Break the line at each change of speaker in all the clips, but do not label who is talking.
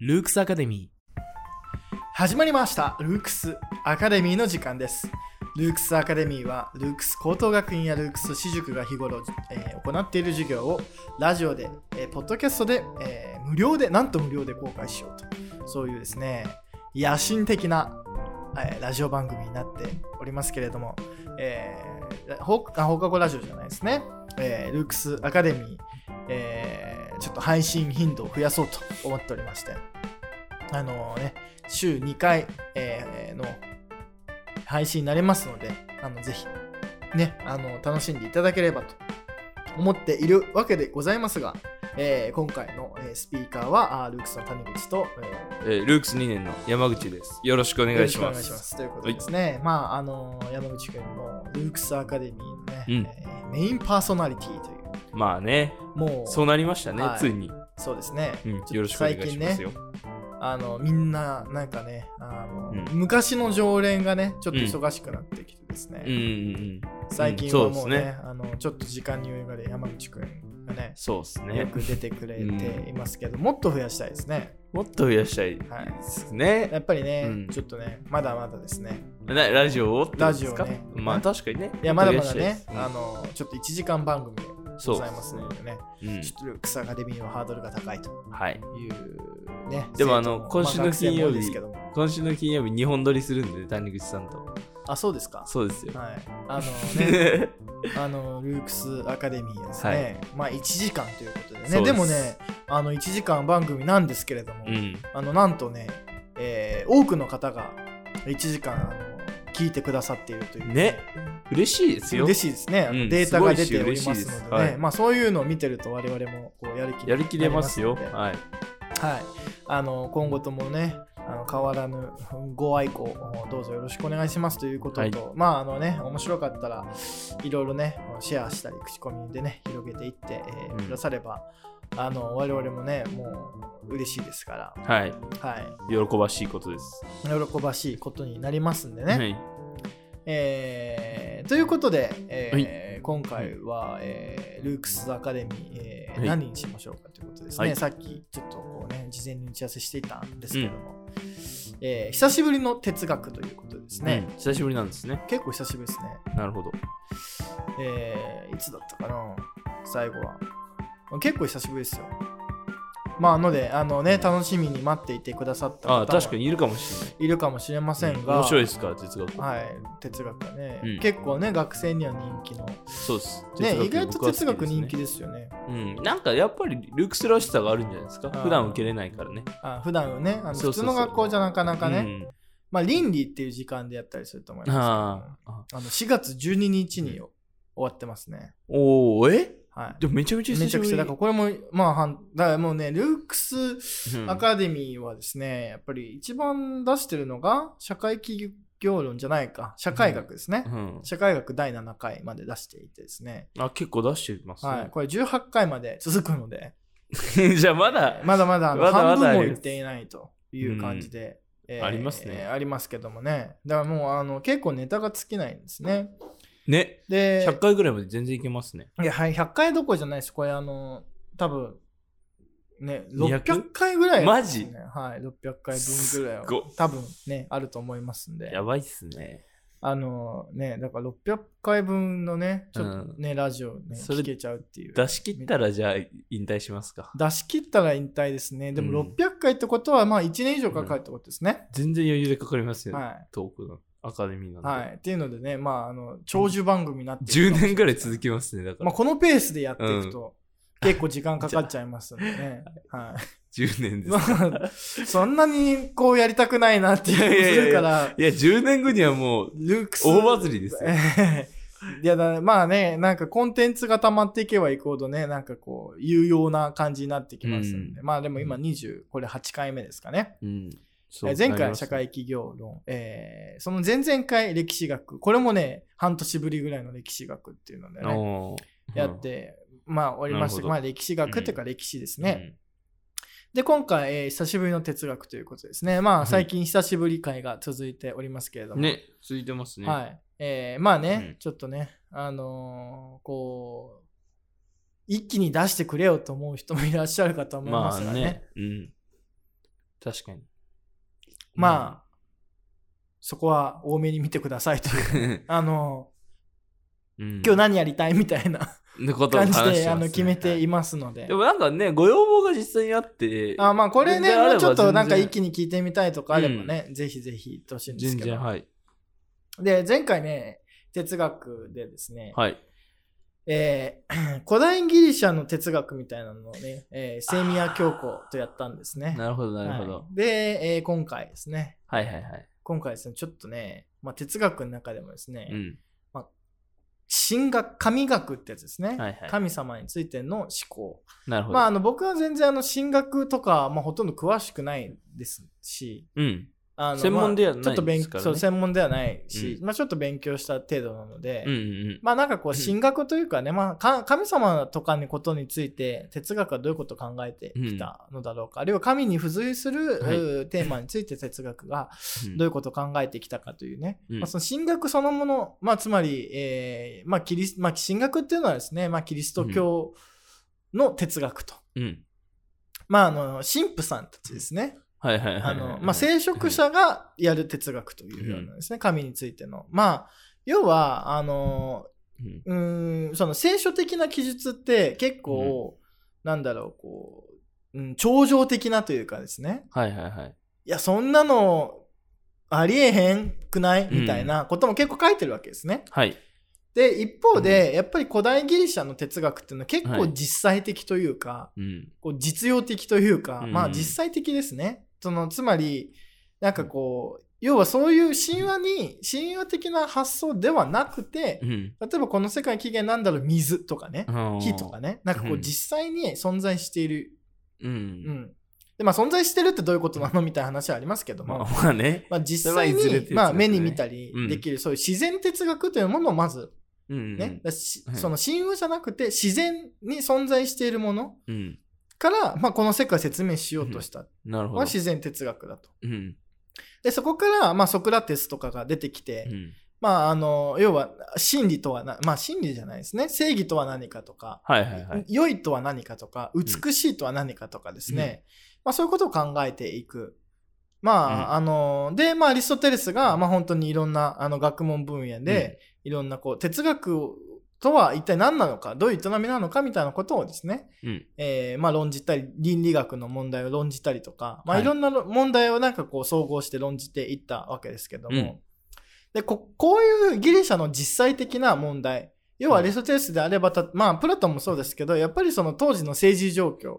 ルークスアカデミ
始まりましたルークスアカデミーの時間ですルークスアカデミーはルークス高等学院やルークス私塾が日頃、えー行っている授業をラジオで、えーポッドキャストで、えー無料でなんと無料で公開しようとそういうですね野心的な、えーラジオ番組になっておりますけれども、えー放あ放課後ラジオじゃないですね、えールークスアカデミー、えーちょっと配信頻度を増やそうと思っておりましてあのね週2回、えーの配信になりますので、あのぜひ、ね、あの楽しんでいただければと思っているわけでございますが、えー今回の、えースピーカーはあールークスの谷口と、え
えールークス2年の山口です。よろしくお
ー
願いします。
よろくおということですね、まああのー山口くんのルークスアカデミーのね、
うん
えーメインパーソナリティという、
まあね、
もう
そうなりましたね、
はい
ついに、
そうですね、
うん
ちょっと
よろしくお願いしますよ。
あのみんななんかねあの、
うん
昔の常連がねちょっと忙しくなってきてですね、
うんうんうん。
最近はも
そうう
ね,、
ですね
あのちょっと時間に余裕がで山口くんがね
そうです
よ
ね。
く出てくれていますけど、もっと増やしたいですね
もっと増やしたいで
はい
すね。
やっぱりね、
うん
ちょっとねまだまだですね
なラジオをってことですか
ラジオね
まあ確かにね。
いやまだまだ
もっと増や
ね
し、たい
あのちょっと1時間番組で
です
ご
そう
ざ
で
います
ね
のでねちょっとルークスアカデミーのハードルが高いと
うん。はい。
いうね
でもあの
生徒
今週の
まあ学生も
金曜日
ですけども
今週の金曜日、日本撮りするんで、谷口さんと。
あそうですか
そうですよ。
はいあの ねあのルークスアカデミーですね、まあ1時間ということでね
そう
で
です
もねあの1時間番組なんですけれども、
うん。
あのなんとね、えー多くの方が1時間あの聞いてくださっているという
ね嬉しいですよ。
嬉しいですね、あの
うん
データが出ておりますのです
ごいし嬉しいです
ね、
はい
まあ、そういうのを見てると我々もこうやる気に
やる気出ますよ。
なり
は
ま
い。
すのではい、あの今後ともねあの変わらぬご愛顧をどうぞよろしくお願いしますということと、まああのね面白かったらいろいろねシェアしたり口コミでね広げていって、えー
うん
くださればあの我々もねもう嬉しいですから、
はい。
はい、
喜ばしいことです。
喜ばしいことになりますんでね。
はい。
えーということで、えー
は
今回は、えールークスアカデミー、えー
はい
何にしましょうかということですね。
はい
さっきちょっとこう、ね、事前に打ち合わせしていたんですけども、えー久しぶりの哲学ということですね。
うん久しぶりなんですね。
結構久しぶりですね。
なるほど。
えーいつだったかな最後は。結構久しぶりですよ。まあ、ので、あのね、楽しみに待っていてくださった
あ
方
あ、確か
も
にいるかもしれない。
いるかもしれませんが、
面白いですから哲学、
はい、哲学がね、
うん
結構ね学生には人気の、
そうです
ね、意外と哲学人気
で、
ですよね
うん、なんかやっぱりルークスらしさがあるんじゃないですか
あー
普段受けれないからね
あ普段はねあの
そ
普
う
通
そうそ
の
う
学校じゃなかなかね、まあ、倫理っていう時間でやったりすると思い
うん、
ます
ああ
けどあの4月12日に終わってますね、
おおえ
はい
でもめちゃめちゃ
め
久
ち
し
ゃく
ぶり
ちゃだからこれもまあはんだからもうねルークス
うん
アカデミーはですね、やっぱり一番出してるのが社会企業論じゃないか社会学ですね、
うん
社会学第7回まで出していてですね、
あ結構出してます
はい、
ね、
これ18回まで続くので
じゃあまだ
まだまだあの
まだまだ
半分も
あり
いっ
ます
ていないという感じで、え
ありますね
えーありますけどもね。だからもうあの結構ネタが尽きないんですね。
ね
で、
100回ぐらいまで全然いけますね
いやはい、100回どころじゃないです。これあの、多分ね、
200
600回ぐらい、ね。
マジ
はい、600回分ぐらい
すっ
は
ご
多分ね、あると思いますんで
や。ばいっすね
あのね、だから600回分のね、ちょっとね、ラジオね、
それ
聞けちゃうっていう。
出し切ったらじゃあ引退しますか
出し切ったら引退ですね。でも
うん
600回ってことは、まあ1年以上かかるってことですね。
全然余裕でかかりますよね、
はい。
トークのアカデミーなんで、
はい。っていうのでね、まあ、あの、長寿番組になってい
10
くかもしれない
年ぐらい続きますねだから、
まあ、このペースでやっていくと、結構時間かかっちゃいますんで ね。 は
10年
い。
です
まあ、そんなにこうやりたくないなっていう気もするから、
いや10年後にはもう
ルークス。
大バズりですよ
え えいやだ、まあね、なんかコンテンツが溜まっていけばいくほどね、なんかこう、有用な感じになってきますんで、まあでも今20、これ8回目ですかね。
う
え
ん、
ー前回は社会企業論、えーその前々回歴史学これもね半年ぶりぐらいの歴史学っていうので
ね
ねやって、まあ終わりました
なるほど
まあ歴史学っていうか歴史ですね、、で今回、えー久しぶりの哲学ということですねま
は
あ
い
最近久しぶり会が続いておりますけれど
うん
も、
ね続いてますね、
はいえーまあね、
うん
ちょっとね、あのーこう、一気に出してくれよと思う人もいらっしゃるかと思いま
ますあ
がね。
ね。うん。確かに。
まあ、そこは多めに見てくださいという。
あ、 うん
あのー今
今
日何やりたいみたいな
のことを
感じ
話
で、
してます ね
あの決めてい
は
ますので
いで。もなんかね、ご要望が実際にあって、
あまあこれね、
であれば
もうちょっとなんか
全然
一気に聞いてみたいとかあればね、ぜひぜひ言ってほしいんです
全
けど
然、。はい。
で、前回ね、哲学でですね、
はい。
えー 古代ギリシャの哲学みたいなのをね、えーセミア教皇とやったんですね。
なるほど、なるほ
は
ど。
いで、えー今回ですね、
はいはいはい。
今回ですね、ちょっとね、まあ、哲学の中でもですね、
うん。
神学、神学ってやつですね。
はいはい
神様についての思考。
なるほど。
まあ、あの、僕は全然あの、神学とか、まあ、ほとんど詳しくないですし、
うん。
あの
専門では
まあ
ない
ちょっと勉
ですからね
そう専門ではないし、
う
まあ、ちょっと勉強した程度なので、
うんうん
まあなんかこう
うん
神学というかね、まあ、か神様とかのことについて哲学はどういうことを考えてきたのだろうか、あるいは神に付随する、
はいう
テーマについて哲学が
うん。
どういうことを考えてきたかというね、
うん
まあ、その神学そのもの、まあ、つまり、えーまあキリスまあ、神学っていうのはですね、まあ、キリスト教の哲学と、
うん。
まあ、あの神父さんたちですね、
はいはいはい。
あのまあ、聖職者がやる哲学というようなですね、神についての。まあ要はあの
うん。
うーんその聖書的な記述って結構、なんだろうこう、うん、頂上的なというかですね
はいはいはい。
いやそんなのありえへんくないみたいなことも結構書いてるわけですね。
はい。
で一方で、やっぱり古代ギリシャの哲学っていうのは結構実際的というか、
うん。
こう実用的というか、
うん
まあ実際的ですね。そのつまりなんかこう要はそういう神話に神話的な発想ではなくて
う、ん。
例えばこの世界起源なんだろう水とかね、火とかねなんかこ
う
うん実際に存在している、
う
うん
ん。
でまあ、存在してるってどういうことなのみたいな話はありますけど
ま
も、
あ
まあ
まあね。
実際
それはいずれ
に
哲、学
まあ、
ね
目に見たり
うん
できる、そういう自然哲学というものをまず、
うん。
ねだし
はい
その神話じゃなくて自然に存在しているもの
うん。
から、まあ、この世界を説明しようとした
なる
の
ほ
は
ど。
自然哲学だと。
うん。
でそこから、まあ、ソクラテスとかが出てきて、
うん。
まあ、あの要は真理とはな、まあ、真理じゃないですね正義とは何かとか、
はいはいはい。
良いとは何かとか美しいとは何かとかですね、まあ、そういうことを考えていく。まあ、
うん
あので、まあ、アリストテレスが、まあ、本当にいろんなあの学問分野で、いろんなこう哲学とは一体何なのかどういう営みなのかみたいなことをですね、
うん。
えーまあ、論じたり倫理学の問題を論じたりとか、まあ、
はい
いろんなろ問題をなんかこう総合して論じていったわけですけども、
うん
でここういうギリシャの実際的な問題要はアリストテレスであればた、まあ、プラトンもそうですけどやっぱりその当時の政治状況、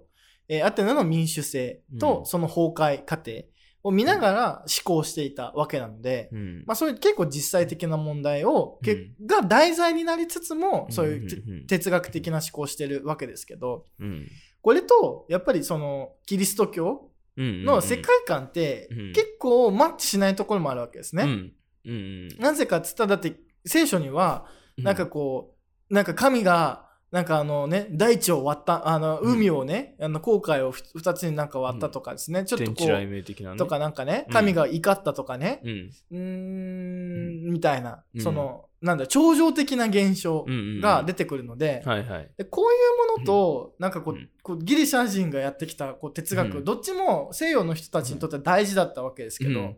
えーアテナの民主制
う
と
ん
その崩壊過程を見ながら思考していたわけなので、
うん。
まあ、そういう結構実際的な問題を、け
うん
が題材になりつつもそういうて、
うん。
哲学的な思考をしてるわけですけど。
うん。
これとやっぱりそのキリスト教
うん。
の世界観って
うん
結構マッチしないところもあるわけですね。
うん。うん。
なぜかっつったらだって聖書には
うん
なんか、こうなんか神がなんかあのね大地を割ったあの
うん
海をね、あの後悔を2つになんか割ったとかですね、ちょっと
天
こ
地雷
う。
鳴的なね
とか。なんかね
うん
神が怒ったとかね
うん。
うーんみたいな、
うん
そのなんだ超常的な現象
うんうん。
が出てくるので、
はいはい。
でこういうものと、なんかこう,、
うん
こうギリシャ人がやってきたこう哲学、
うん
どっちも西洋の人たちにとっては大事だったわけですけど、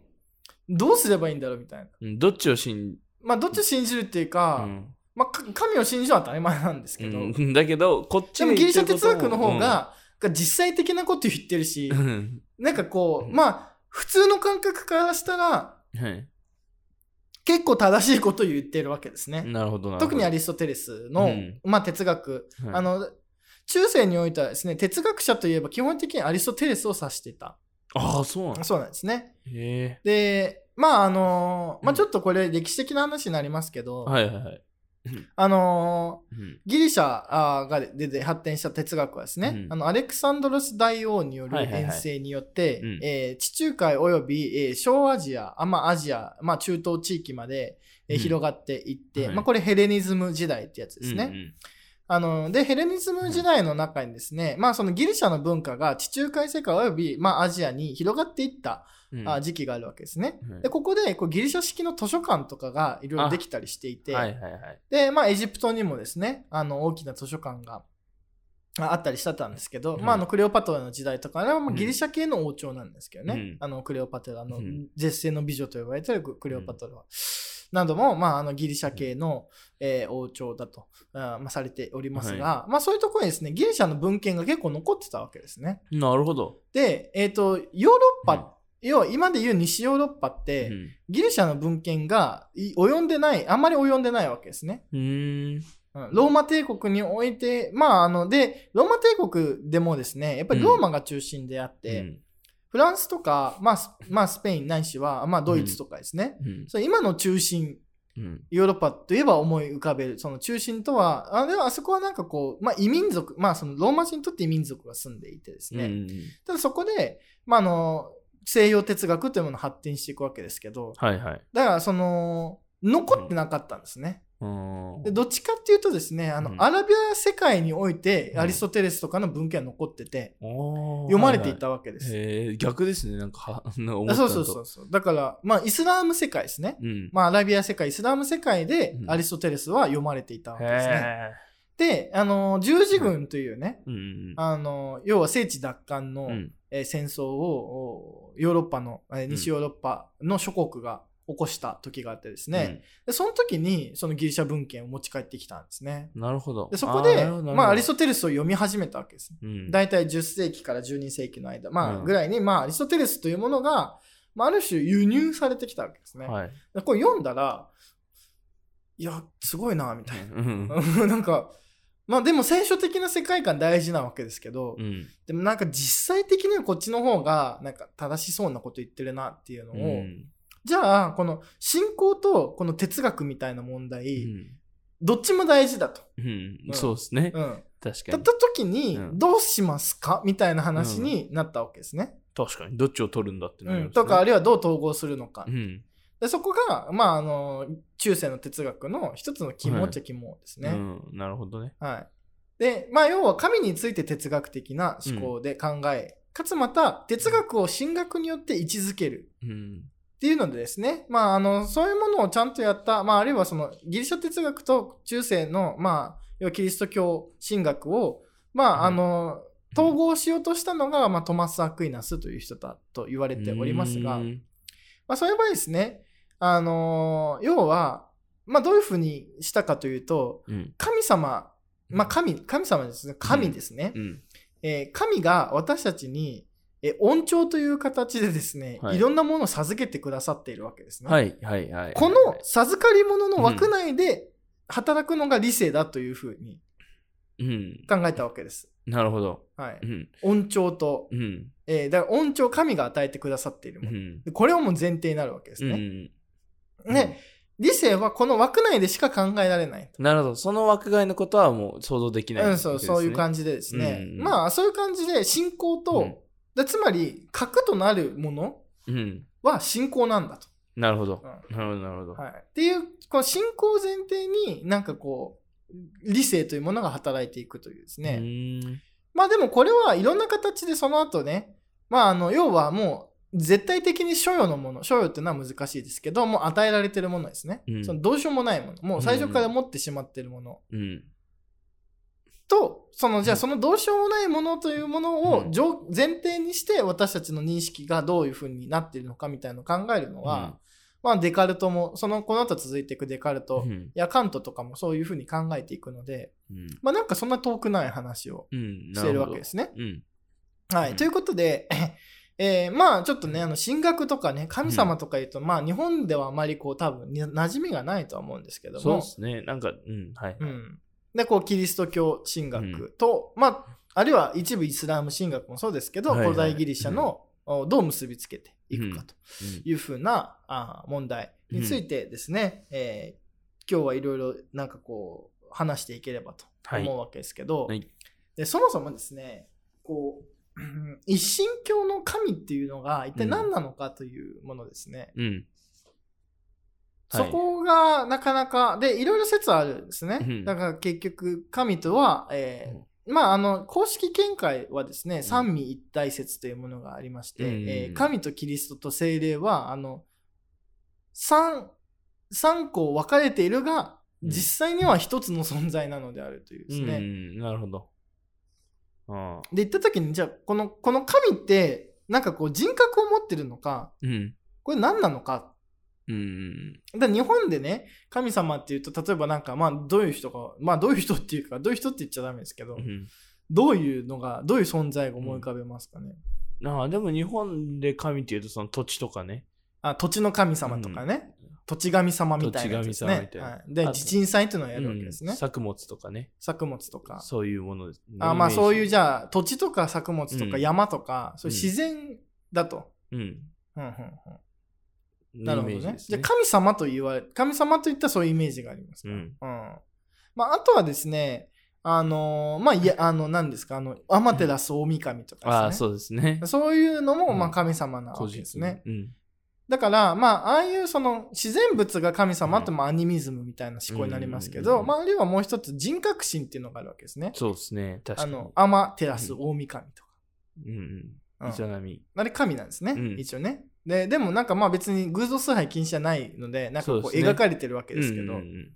どうすればいいんだろうみたいな。
うんどっちを信
まあ、どっちを信じるっていう
じ
か、
うん
まあ、か神を信じるのは当たり前なんですけど、
うんだけど、こっち
でもギリシャ
言って
哲
るこ
学
と
の
を
方、が、が実際的なこと言ってるし、
うん
なんかこう、
うん
まあ、普通の感覚からしたら、
はい。
結構正しいことを言ってるわけですね。
なるほどなるほど。
特にア
り、
リストテレスの、
うん
まあ、哲学、あ
の、
の中世においてはですね哲学者といえば基本的にアリストテレスを指していた
ああ、そうなんだ
そうなんですね
へ
でまああのーまあ、
うん
ちょっとこれ歴史的な話になりますけど、
え。はいはいはい。
あの
うん
ーギリシャあーがでで発展した哲学はですね、
うん
あのアレクサンドロス大王による
はいはいはい
遠征によって
うん
えー地中海および、えー小アジア、あまあ、アジア、まあ、中東地域まで、えー
うん
広がっていって、
はい
まあ、これヘレニズム時代ってやつですね。あのでヘレニズム時代の中にですね、まあ、そのギリシャの文化が地中海世界および、まあ、アジアに広がっていった
うん
あ時期があるわけですね。
はい
でここでこうギリシャ式の図書館とかがいろいろできたりしていて、
はいはいはい。
で、まあ、エジプトにもですね、あの、大きな図書館がああったりしてたんですけど、
うん
まあ、あの、クレオパトラの時代とか、あれはまあ
うん
ギリシャ系の王朝なんですけどね、
うん
あの、クレオパトラの
うん
絶世の美女と呼ばれてるククレオパトラは。なども、まあ、あのギリシャ系の、えー王朝だと、あーまあ、されておりますが、まあ、そういうところにですねギリシャの文献が結構残ってたわけですね。
なるほど。
で、えー、とヨーロッパ、
うん
要は今で言う西ヨーロッパっ
う
て、
ん
ギリシャの文献がい及んでないあんまり及んでないわけですね。
うーん。
うんローマ帝国において、まあ、あの、で、ローマ帝国でもですね、やっぱりローマが中心であって、
うん
フランスとか、まあス、まあ、スペインないしは、まあ、ドイツとかですね、
うん
そう今の中心、
うん
ヨーロッパといえば思い浮かべる、その中心とは、あでもあそこはなんかこう、まあ、異民族、まあ、そのローマ人にとって異民族が住んでいてです
うん
ね、ただそこで、まあ、あの、西洋哲学というものを発展していくわけですけど、
はいはい。
だから、その、残ってなかったんですね。
うーん
でどっちかっていうとですねあの、
うん
アラビア世界において
うん
アリストテレスとかの文献は残ってて、
おー
読まれていたわけです、
はいはいへー逆ですね。なんかは、 なんか思
あ
った
そ
の
う
と
そうそうそうだからまあイスラーム世界ですね、
うん。
まあ、アラビア世界イスラーム世界で
うん
アリストテレスは読まれていたわけですね、
へ
であの十字軍というね、
ーうん
あの要は聖地奪還の、
うんうん。
えー戦争をおヨーロッパの、えー西ヨーロッパの諸国が起こした時があってですね、でその時にそのギリシャ文献を持ち帰ってきたんですね
うん。なるほど。
でそこ
あーな
で
るほどなるほど
まあ、アリストテレスを読み始めたわけです。
うん
大体10世紀から12世紀の間、まあ、
うん
ぐらいに、まあ、アリストテレスというものが、まあ、ある種輸入されてきたわけですね。
はい。
でこれ読んだらいやすごいなみたい
うん
な。 なんかまあでも聖書的な世界観大事なわけですけど、
うん。
でもなんか実際的にはこっちの方がなんか正しそうなこと言ってるなっていうのを、
うん
じゃあこの信仰とこの哲学みたいな問題、どっちも大事だと。
うん
う
うんん。そうですね
う。ん
確か
だっ
に。
た時に
うん
どうしますかみたいな話になったわけですね。
確かに。どっちを取るんだって
う
なります
ん、
ね
とかあるいはどう統合するのか。
うん。
でそこが、まあ、あの中世の哲学の一つの肝っちゃ肝です
う
ね。
ん。なるほどね。
はいでまあ、要は神について哲学的な思考で考え、かつまた哲学を神学によって位置づける。
うん。
っていうのでですね、まあ、あのそういうものをちゃんとやった、まあ、あるいはそのギリシャ哲学と中世の、まあ、要はキリスト教神学を、まあ、あ
うん
の統合しようとしたのが、まあ、トマス・アクイナスという人だと言われておりますが、
うん
まあ、そういう場合ですね、あの要は、まあ、どういうふうにしたかというと
うん。
神様、まあ、神神様ですね神ですね、
うん。
えー神が私たちに、えー恩寵という形でですね、、
はいい
ろんなものを授けてくださっているわけですね。
はいはいはい。
この授かり物の枠内で働くのが理性だというふうに
うん。
考えたわけです。
なるほど。
はい、
うん。
恩寵と、
うん。
えーだから恩寵神が与えてくださっている
う
もの。
ん。
でこれをもう前提になるわけです
う
ね。
ん
で、理性はこの枠内でしか考えられないと。
なるほど。その枠外のことはもう想像できない。
うん、そう、そういう感じでですね。
うん
まあ、そういう感じで信仰と、
うん
でつまり、核となるもの
じ。うん。
は信仰なんだと。
なるほど
う。ん
なるほど、なるほど。
はい、っていうこの信仰を前提になんかこう理性というものが働いていくというですね、
うーん
まあでもこれはいろんな形でその後ねまああの要はもう絶対的に所与のもの所与っていうのは難しいですけどもう与えられてるものですね、
うん
そのどうしようもないものもう最初から持ってしまってるもの、
うん。
とそのじゃあ
うん
そのどうしようもないものというものを
うん
上前提にして私たちの認識がどういうふうになっているのかみたいなのを考えるのは、
うん
まあデカルトもそのこの後続いていくデカルト、い
うん
やカントとかもそういうふうに考えていくので
うん
まあなんかそんな遠くない話を
うん。
し
な
てい
る
る
ほ
わ
ど
けですね。
うん。
はい、
うん
ということで、 えーまあちょっとねあの神学とかね神様とか言うと、まあ日本ではあまりこう多分に馴染みがないとは思うんですけども
そうですね。なんか、うん、はい。
うん、でこうキリスト教神学と、まあ、あるいは一部イスラーム神学もそうですけど、
はいはい
古代ギリシャの、おどう結びつけていくかと
うん
いうふうな、あー問題についてですね、えー今日はいろいろなんかこう話していければと思うわけですけど、
はいはい
でそもそもですねこう うん一神教の神っていうのが一体何なのかというものですね。
うん。
そこがなかなか、で、いろいろ説あるんですね。
うん
だから結局、神とは、えー
うん
まあ、あの公式見解はですね、
ん
三位一体説というものがありまして、
うん
えー神とキリストと聖霊はあの三三個分かれているが
うん
実際には一つの存在なのであるというですね。
うん、なるほど。ああ。
で言った時にじゃあこのこの神ってなんかこう人格を持ってるのか
うん。
これ何なのか
うん。
だから日本でね神様っていうと例えばなんかまあどういう人かまあどういう人っていうかどういう人って言っちゃダメですけど、
うん
どういうのがどういう存在が思い浮かべますかね、
ああ、でも日本で神っていうと、その土地とかね。
あ土地の神様とかね、土地神様みたいなやつですね、
土地神様みたいな
はいで
あと
地鎮祭っていうのをやるわけですね、
うん作物とかね。
作物とか
そういうものですね
あまあそういうじ
ゃ
ゃあ土地とか作物とか
うん
山とか、そういう
うん
自然だと、
うん。
うんうんうんな
な
る
る
ほど
ほど
ね
ね。
じゃあ神様と言われ神様といったらそういうイメージがありますか
う
ら、
ん。
うんまあ、あとはですねあのーまあいやあの何ですかあの天照大神と
あ
か
あ、
ですね、
そうですね。
そういうのも、まあ、
うん
神様なわけです
実
ね、。
うん。
だから、まあ、ああいうその自然物が神様って、まあ、アニミズムみたいな思考になりますけ
うんうん
ど、
うんうん
まあ、あるいはもう一つ人格心っていうのがあるわけですね。
そうですね。確
あ
かに。
の、アマテラス大神とか。
うん
う
うんん。イザナミ。
あれ神なんですね、
うん
一応ね。で、でもなんかまあ別に偶像崇拝禁止じゃないので、なんかこ
そう
う
ですね
描かれてるわけですけど、
うんうんうん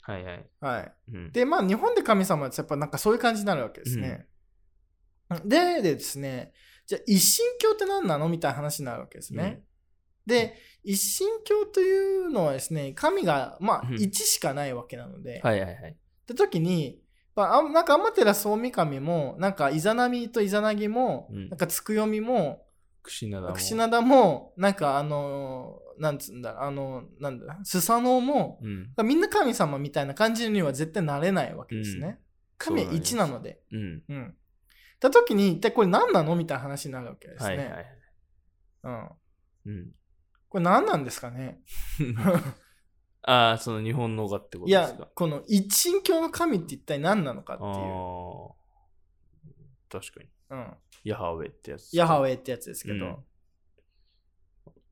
はいはい。
はい。
うん。
で、まあ日本で神様ってやっぱなんかそういう感じになるわけですね。で、でですね、じゃあ一神教って何なのみたいな話になるわけですね。
うん
で一神教というのはですね神がまあ
うん
1しかないわけなので、っ
はいはいはい。
て時にまああなんか天照大神もなんかイザナミとイザナギも、
うん
なんかつくよみも
クシナダも。
クシナダもなんかあのーなんつうんだろうあのーなんだスサノオも
うん。
みんな神様みたいな感じには絶対なれないわけですね、
うん
神は
そうなんです
1なので
うん。
うんった時に一体これ何なのみたいな話になるわけですね、
はいはい。
うん、
うん。
これ何なんですか ね
ああ、その日本のがってこと
い
です
や
か。、
この一神教の神って一体何なのかってい
あ
う、
あ。確かに。
うん、
ヤハウェってやつ。
ヤハウ
ェ。
ェイってやつですけど、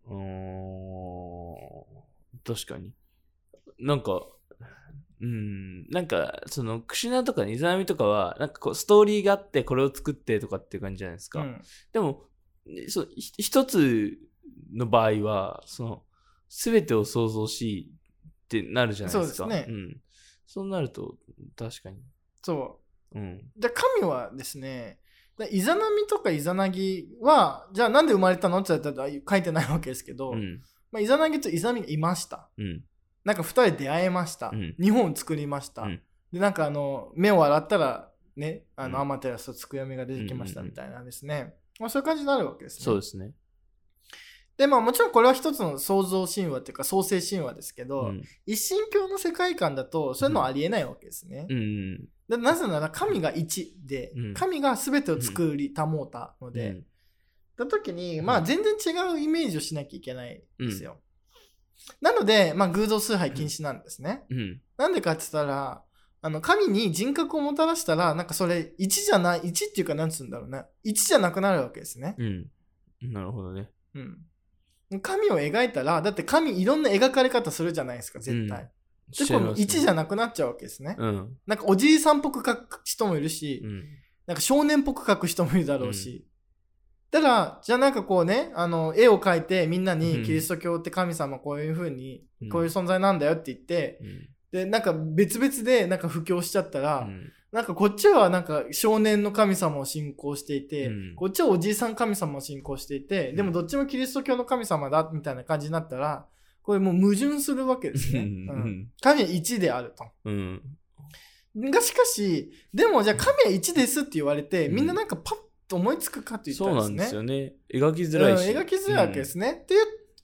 うんうーん。確かに。なんか、うん、なんか、その、クシナとかニザナミとかは、なんかこう、ストーリーがあって、これを作ってとかっていう感じじゃないですか。
うん
でも、ねそうひ一つの場合は、その、すべてを想像しってなるじゃないです
そ
か。
うですね
ん。そうなると、確かに。
そ
うん。
うで神はですねでイザナミとかイザナギはじゃあなんで生まれたのって言ったらあ書いてないわけですけど、
うん。
まあ、イザナギとイザナミがいました
うん。
なんか2人出会えました、
うん
日本を作りました、
うん
でなんかあの目を洗ったらねあの、
うん
アマテラスとつくやみが出てきました
うんうんう
み
ん
たいなですね、まあ、そういう感じになるわけですね
そうですね。
でまあもちろんこれは一つの創造神話っていうか創世神話ですけど、
うん。
一神教の世界観だとそういうのはありえないわけですね。
うん。
でなぜなら神が一で、
うん
神が全てを作り保ったので、
うん
だ時に、
うん
まあ、全然違うイメージをしなきゃいけないんですよ。なので、まあ、偶像崇拝禁止なんですね。
うん。
なんでかって言ったらあの神に人格をもたらしたらなんかそれ一じゃない一っていうかなんつうんだろうな一じゃなくなるわけですね。
うん。なるほどね。
うん、神を描いたらだって神いろんな描かれ方するじゃないですか絶対。でこの1じゃ
な
なくなっちゃうわけですね。
うん。
なんかおじいさんっぽく書く人もいるし、
うん。
なんか少年っぽく書く人もいるだろうし、だからじゃあなんかこうねあの絵を描いてみんな
う
に
ん
キリスト教って神様こういう風に、
うん
こういう存在なんだよって言って
うん
でなんか別々でなんか布教しちゃったら、
うん
なんかこっちはなんか少年の神様を信仰していて、
うん
こっちはおじいさん神様を信仰していて、でも
うん
どっちもキリスト教の神様だみたいな感じになったらこれもう矛盾するわけですね。
うん
うん神は一であると。
うん。
がしかしでもじゃあ神は1ですって言われて、
うん
みんななんかパッと思いつくかって言った
そう
ら
なん
で
ですす
ね
よね。描きづらいし。
うん描きづらいわけですね、っていう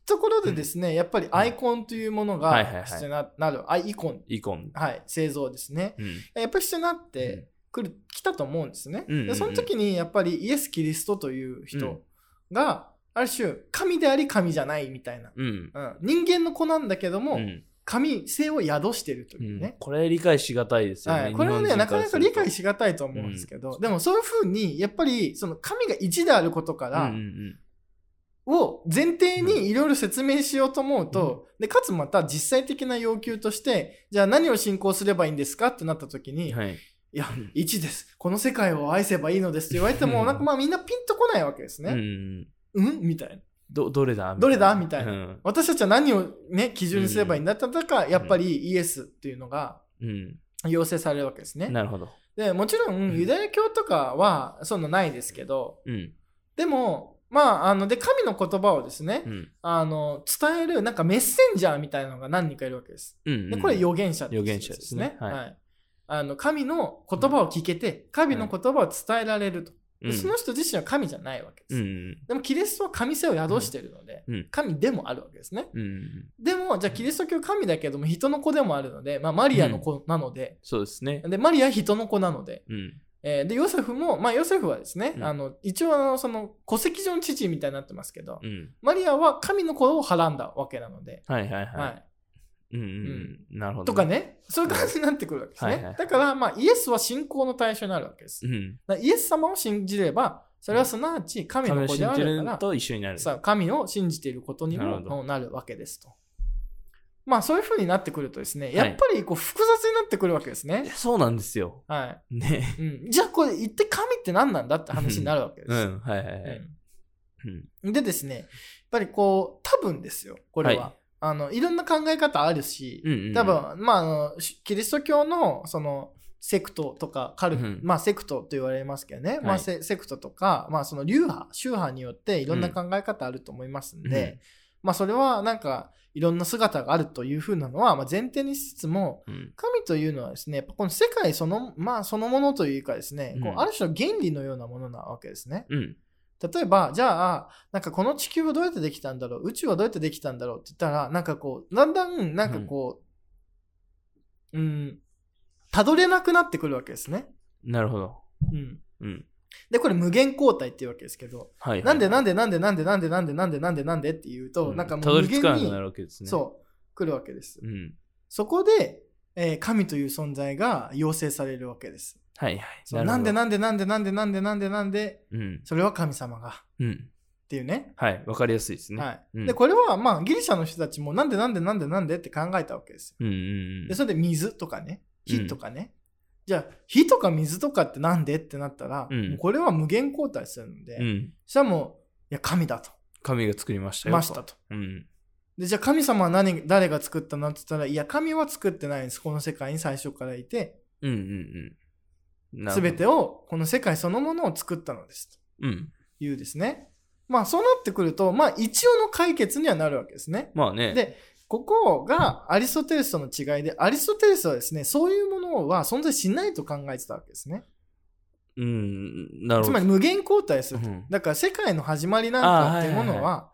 ところでですねやっぱりアイコンというもの
はいはいは
が
い
必要になるアイコン
うん。イコン。
はい製造ですね
うん。
やっぱり必要になって、
うん
来る来たと思うんですね、
うんうんうん
でその時にやっぱりイエス・キリストという人が、ある種神であり神じゃないみたいな、
うん。
うん、人間の子なんだけども、
うん
神性を宿してるというね、
うんこれ理解しがたいですよね。
はい、これは
日
ね
本人
なからな
す
か
ると
理解しがたいと思うんですけど、
うん
でもそういうふうにやっぱりその神が一であることから、
うんうん
を前提にいろいろ説明しようと思うと、でかつまた実際的な要求としてじゃあ何を信仰すればいいんですかってなった時
う
に、
んはい
いや
うん、
1です。この世界を愛せばいいのですって言われても、なんかまあみんなピンとこないわけです
うんう
ね。
ん。
うんみたいな。
ど、どれだ
どれだみたいな
うん。
私たちは何をね、基準にすればいいんだったのか、やっぱりイエスっていうのが
うん。
要請されるわけですね。
なるほど。
で、もちろん
ん
ユダヤ教とかはそんなないですけど、
うん。
でも、まあ、あの、で、神の言葉をですね
う、ん。
あの、伝える、なんかメッセンジャーみたいなのが何人かいるわけです。
うん。
でこれ
よ、
預言者ってやつ
預言者ですねはい
はい。あの、神の言葉を聞けて、神の言葉を伝えられると。
う
で
ん
その人自身は神じゃないわけで
うん
す。
うん。
でもキリストは神性を宿しているので、
うんうん
神でもあるわけですね。
うんうん。
でも、じゃあキリスト教は神だけども人の子でもあるので、まあ、マリアの子なので、
そうですね。
で、マリアは人の子なので、
うん。
えーで、ヨセフも、まあ、ヨセフはですね、
うん
あの、一応あの、その、戸籍上の父みたいになってますけど、
うん。
マリアは神の子をはらんだわけなので、
はいはい
は。
はいい。うんうん。なるほど。
とか。ね、そういう感じになってくるわけです
はいはいは
ね
い。
だから、まあ、イエスは信仰の対象になるわけです
う。ん。
だからイエス様を信じれば、それはすなわち神
神
の
を
子で
信
あ
じ
るか
る
ら、
と一緒になる。
さあ神を信じていることに
な
も
るほど
なるわけですと。まあ、そういうふうになってくるとですね、
い
やっぱりこう複雑になってくるわけです
いや
ね。
そうなんですよ。
は
ね。
い。うん、じゃあ、これ、一体神って何なんだって話になるわけです。
うん。はいはいはい。うん。
うんでですね、やっぱりこう、多分ですよ、これは。
はい
い、あのいろんな考え方あるし、
うんうん。
多。分、まあ、あのしキリスト教のそのセクトとかカル、
うん
まあ、セクトと言われますけどね、ま
は
あ、
い
セセクトとか、まあ、その流派宗派によっていろんな考え方あると思いますんで、まあ、それはなんかいろんな姿があるというふうなのは、まあ、前提にしつつも
うん。
神というのはですねやっぱこの世界その,、まあ、そのものというかですね、こう
うん
ある種の原理のようなものなわけですね。
うん。
例えば、じゃあ、なんかこの地球はどうやってできたんだろう宇宙はどうやってできたんだろうって言ったら、なんかこう、だんだん、なんかこう、うん、たどれなくなってくるわけですね。
なるほど。
うん。
うん。
で、これ無限交代っていうわけですけど、
はいはい。
なんでなん
で
でなんでなんでなんでなんでなんでなんでなんでって言うと、なんか
た
も
ど
う
り
無限
着かなくなる
に、
わけですね。
そう、来るわけです。
う。うん。
そこで、えー神という存在が要請されるわけです。
はいはい。
そうなんで
ん
なんでなんでなんでなんでなんでなんで、
うん。
それは神様が、っ
うん。
ていうね。
はい。わかりやすいですね。
はい
うん
でこれはまあギリシャの人たちもなんでなんでなんでなんでって考えたわけですよ。
うんうん
でそれで水とかね
うん
火とかね、じゃあ火とか水とかってなんでってなったら、
うん
もうこれは無限交代するので、
うん。うん。
そしたらもういや神だと
神が作りましたよ。
ましたと。
うん。
でじゃあ神様は何誰が作ったのって言ったらいや神は作ってないんですこの世界に最初からいて
うんうんうん。なるほど
全。てをこの世界そのものを作ったのですと
うん。
いうですねまあそうなってくるとまあ一応の解決にはなるわけですね。
まあね。
で、ここがアリストテレスとの違いで、アリストテレスはですね、そういうものは存在しないと考えてたわけですね。
うん。なる
つ
ほ
ま
ど
り。無限交代すると。
うん
だから世界の始まりなんかっていうものは、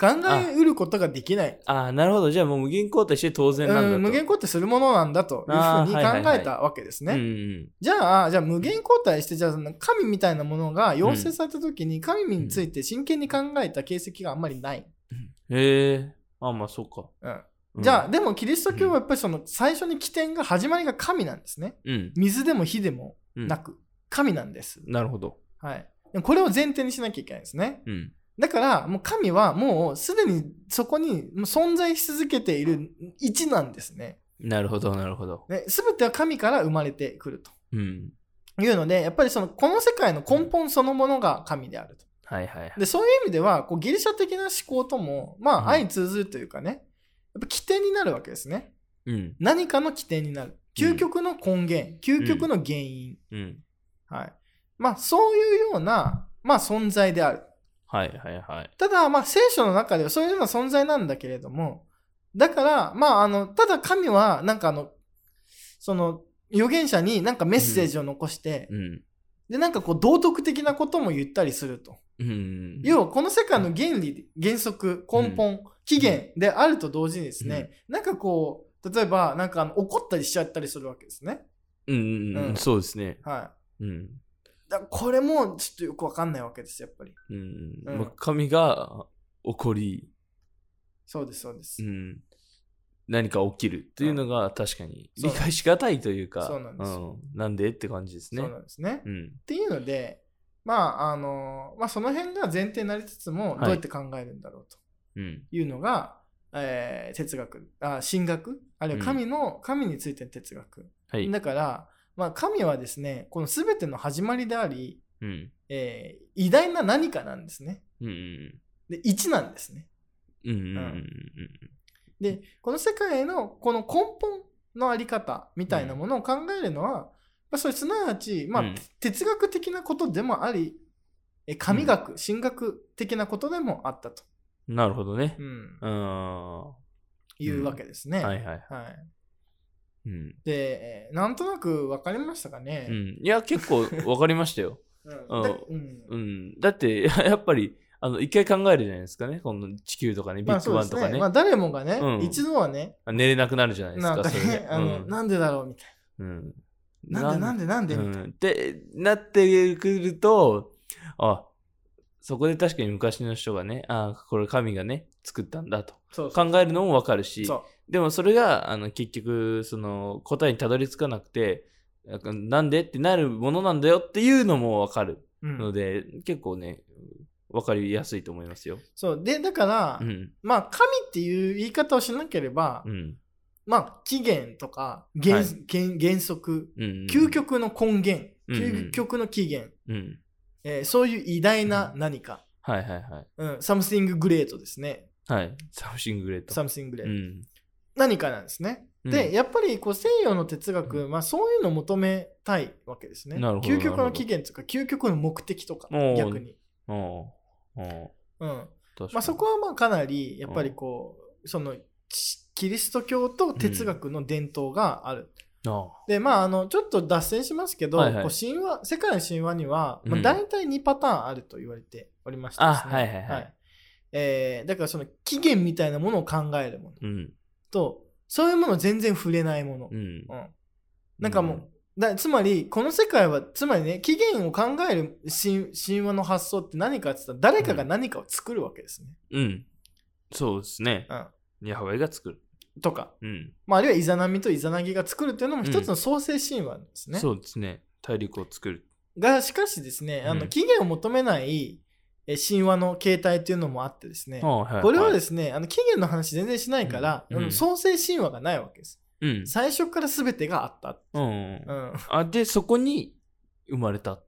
考えうることができない。
ああ、なるほど。じゃあもう無限交代して当然なんだと。
うん無限交代するものなんだという
あー
ふうに
はいはい
考
はい
えたわけですね。
うん
じゃあ、じゃあ無限交代して、じゃあその神みたいなものが要請された時に、神について真剣に考えた形跡があんまりない。
うん。へえ。あまあそうか。
うん
うん
じゃあ、、でもキリスト教はやっぱりその最初に起点が始まりが神なんですね。
うん。
水でも火でも
うん
なく、神なんです。
なるほど。
はい。でもこれを前提にしなきゃいけないですね。
うん。
だから、もう神はもうすでにそこにもう存在し続けている一なんですね。
なるほど、なるほど。
すべては神から生まれてくると。
うん。
いうので、やっぱりその、この世界の根本そのものが神であると。
はいはいはい。
で、そういう意味では、こう、ギリシャ的な思考とも、ま
うん
あ、相通ずるというかね、やっぱ起点になるわけですね。
うん。
何かの起点になる。究極の根源、究極の原因、
うん。
はい。まあ、そういうような、まあ、存在である。
はいはいはい。
ただ、まあ、聖書の中ではそういうような存在なんだけれども、だから、まあ、あの、ただ神は、なんかあの、その、預言者になんかメッセージを残して、
うん。
で、なんかこう、道徳的なことも言ったりすると。
うん。
要は、この世界の原理、原則、根本、起源であると同時にですね、なんかこう、例えば、なんかあの怒ったりしちゃったりするわけですね。
うん、う、
うんん
そうですね。
は
うん。
い。だからこれも、ちょっとよくわかんないわけです、やっぱり。
うん。
うん
まあ、神が起こり、
そうです、そうです
う。ん、何か起きるっていうのが確かに
そう
理解しがたいというか、
そうなんですよ
んなんでって感じですね。
そうなんですね。
うん。
っていうので、まああのまあ、その辺が前提になりつつも
い
どうやって考えるんだろうと
うん。
いうのが、えー哲学あ神学あるいは神の、神についての哲学、
はい。
だからまあ、神はですねこの全ての始まりであり、
うん。
えー偉大な何かなんですね
うんうん
で1なんですね
うん。うんうんうん
でこの世界のこの根本のあり方みたいなものを考えるのは、まあ、それすなわち、まあ
うん
哲学的なことでもありえ神学、神学的なことでもあったと、
うん。なるほどね。
うん
うん。は
いうわけですね。
いはい。
はい
うん。
で、えーなんとなく分かりましたか
う
ね。
ん。いや、結構わかりまし たよ。
うんでうん
うん。だって、やっぱり、あの、一回考えるじゃないですかね。この地球とかね、ビ
まあ
ッグ
そう
バ
で
ン
す
とか
ね。
ね
ま。あ誰もがね、
うん
一度はね、
寝れなくなるじゃないです
なん
か、
か
それで
ね、 あの、なんでだろうみたい
うん。
な。なんでなんでなんでみたいな。
うん、ってなってくるとあそこで確かに昔の人がねあこれ神がね作ったんだと
そうそう
考えるのもわかるし
そう
でもそれがあの結局その答えにたどり着かなくてなんかなんでってなるものなんだよっていうのもわかる
うん
ので、結構ねわかりやすいと思いますよ。
そう。で、だから、
うん
まあ神っていう言い方をしなければ、
うん
まあ起源とか原,、
はい
原原則、
うん、
究極の根源、
うん
究極の起源、
うん
えーそういう偉大な何か、
はいはいはい
うん、something great ですね。
はいサムシングレート。
something
う
great。
ん
何かなんですね。
うん
で、やっぱりこう西洋の哲学、まあ、そういうのを求めたいわけですね。
なるほど
究極
な
の
るほど
起源とか究極の目的とか
おー
逆に。
おうおう
うん
確かに
まあ、そこはまあかなりやっぱりこうそのちキリスト教と哲学の伝統がある。
あ
でまあ、あのちょっと脱線しますけど、
はいはい
こう神話世界の神話には、ま
う
あ、
ん
大体2パターンあると言われておりましてですね、
あはいはいはい
えーだからその起源みたいなものを考えるもの
うん
とそういうもの全然触れないもの、
うん
うん、なんかもう、だつまりこの世界はつまりね起源を考える神神話の発想って何かって言ったら誰かが何かを作るわけですね。
うん。そうですね。
うん
ヤハウェが作る。
とか、
うん。
まあ、あるいはイザナミとイザナギが作るっていうのも一つの創世神話なんですね。
そうですね。大陸を作る。
がしかしですねあ
う
の
ん
起源を求めないえ神話の形態っていうのもあってですね、
ああはいはい
これはですねあの起源の話全然しないから、
うん
あの
うん
創世神話がないわけです。
うん。
最初から全てがあった。
うんうん
う。ん
あ、で、そこに生まれた。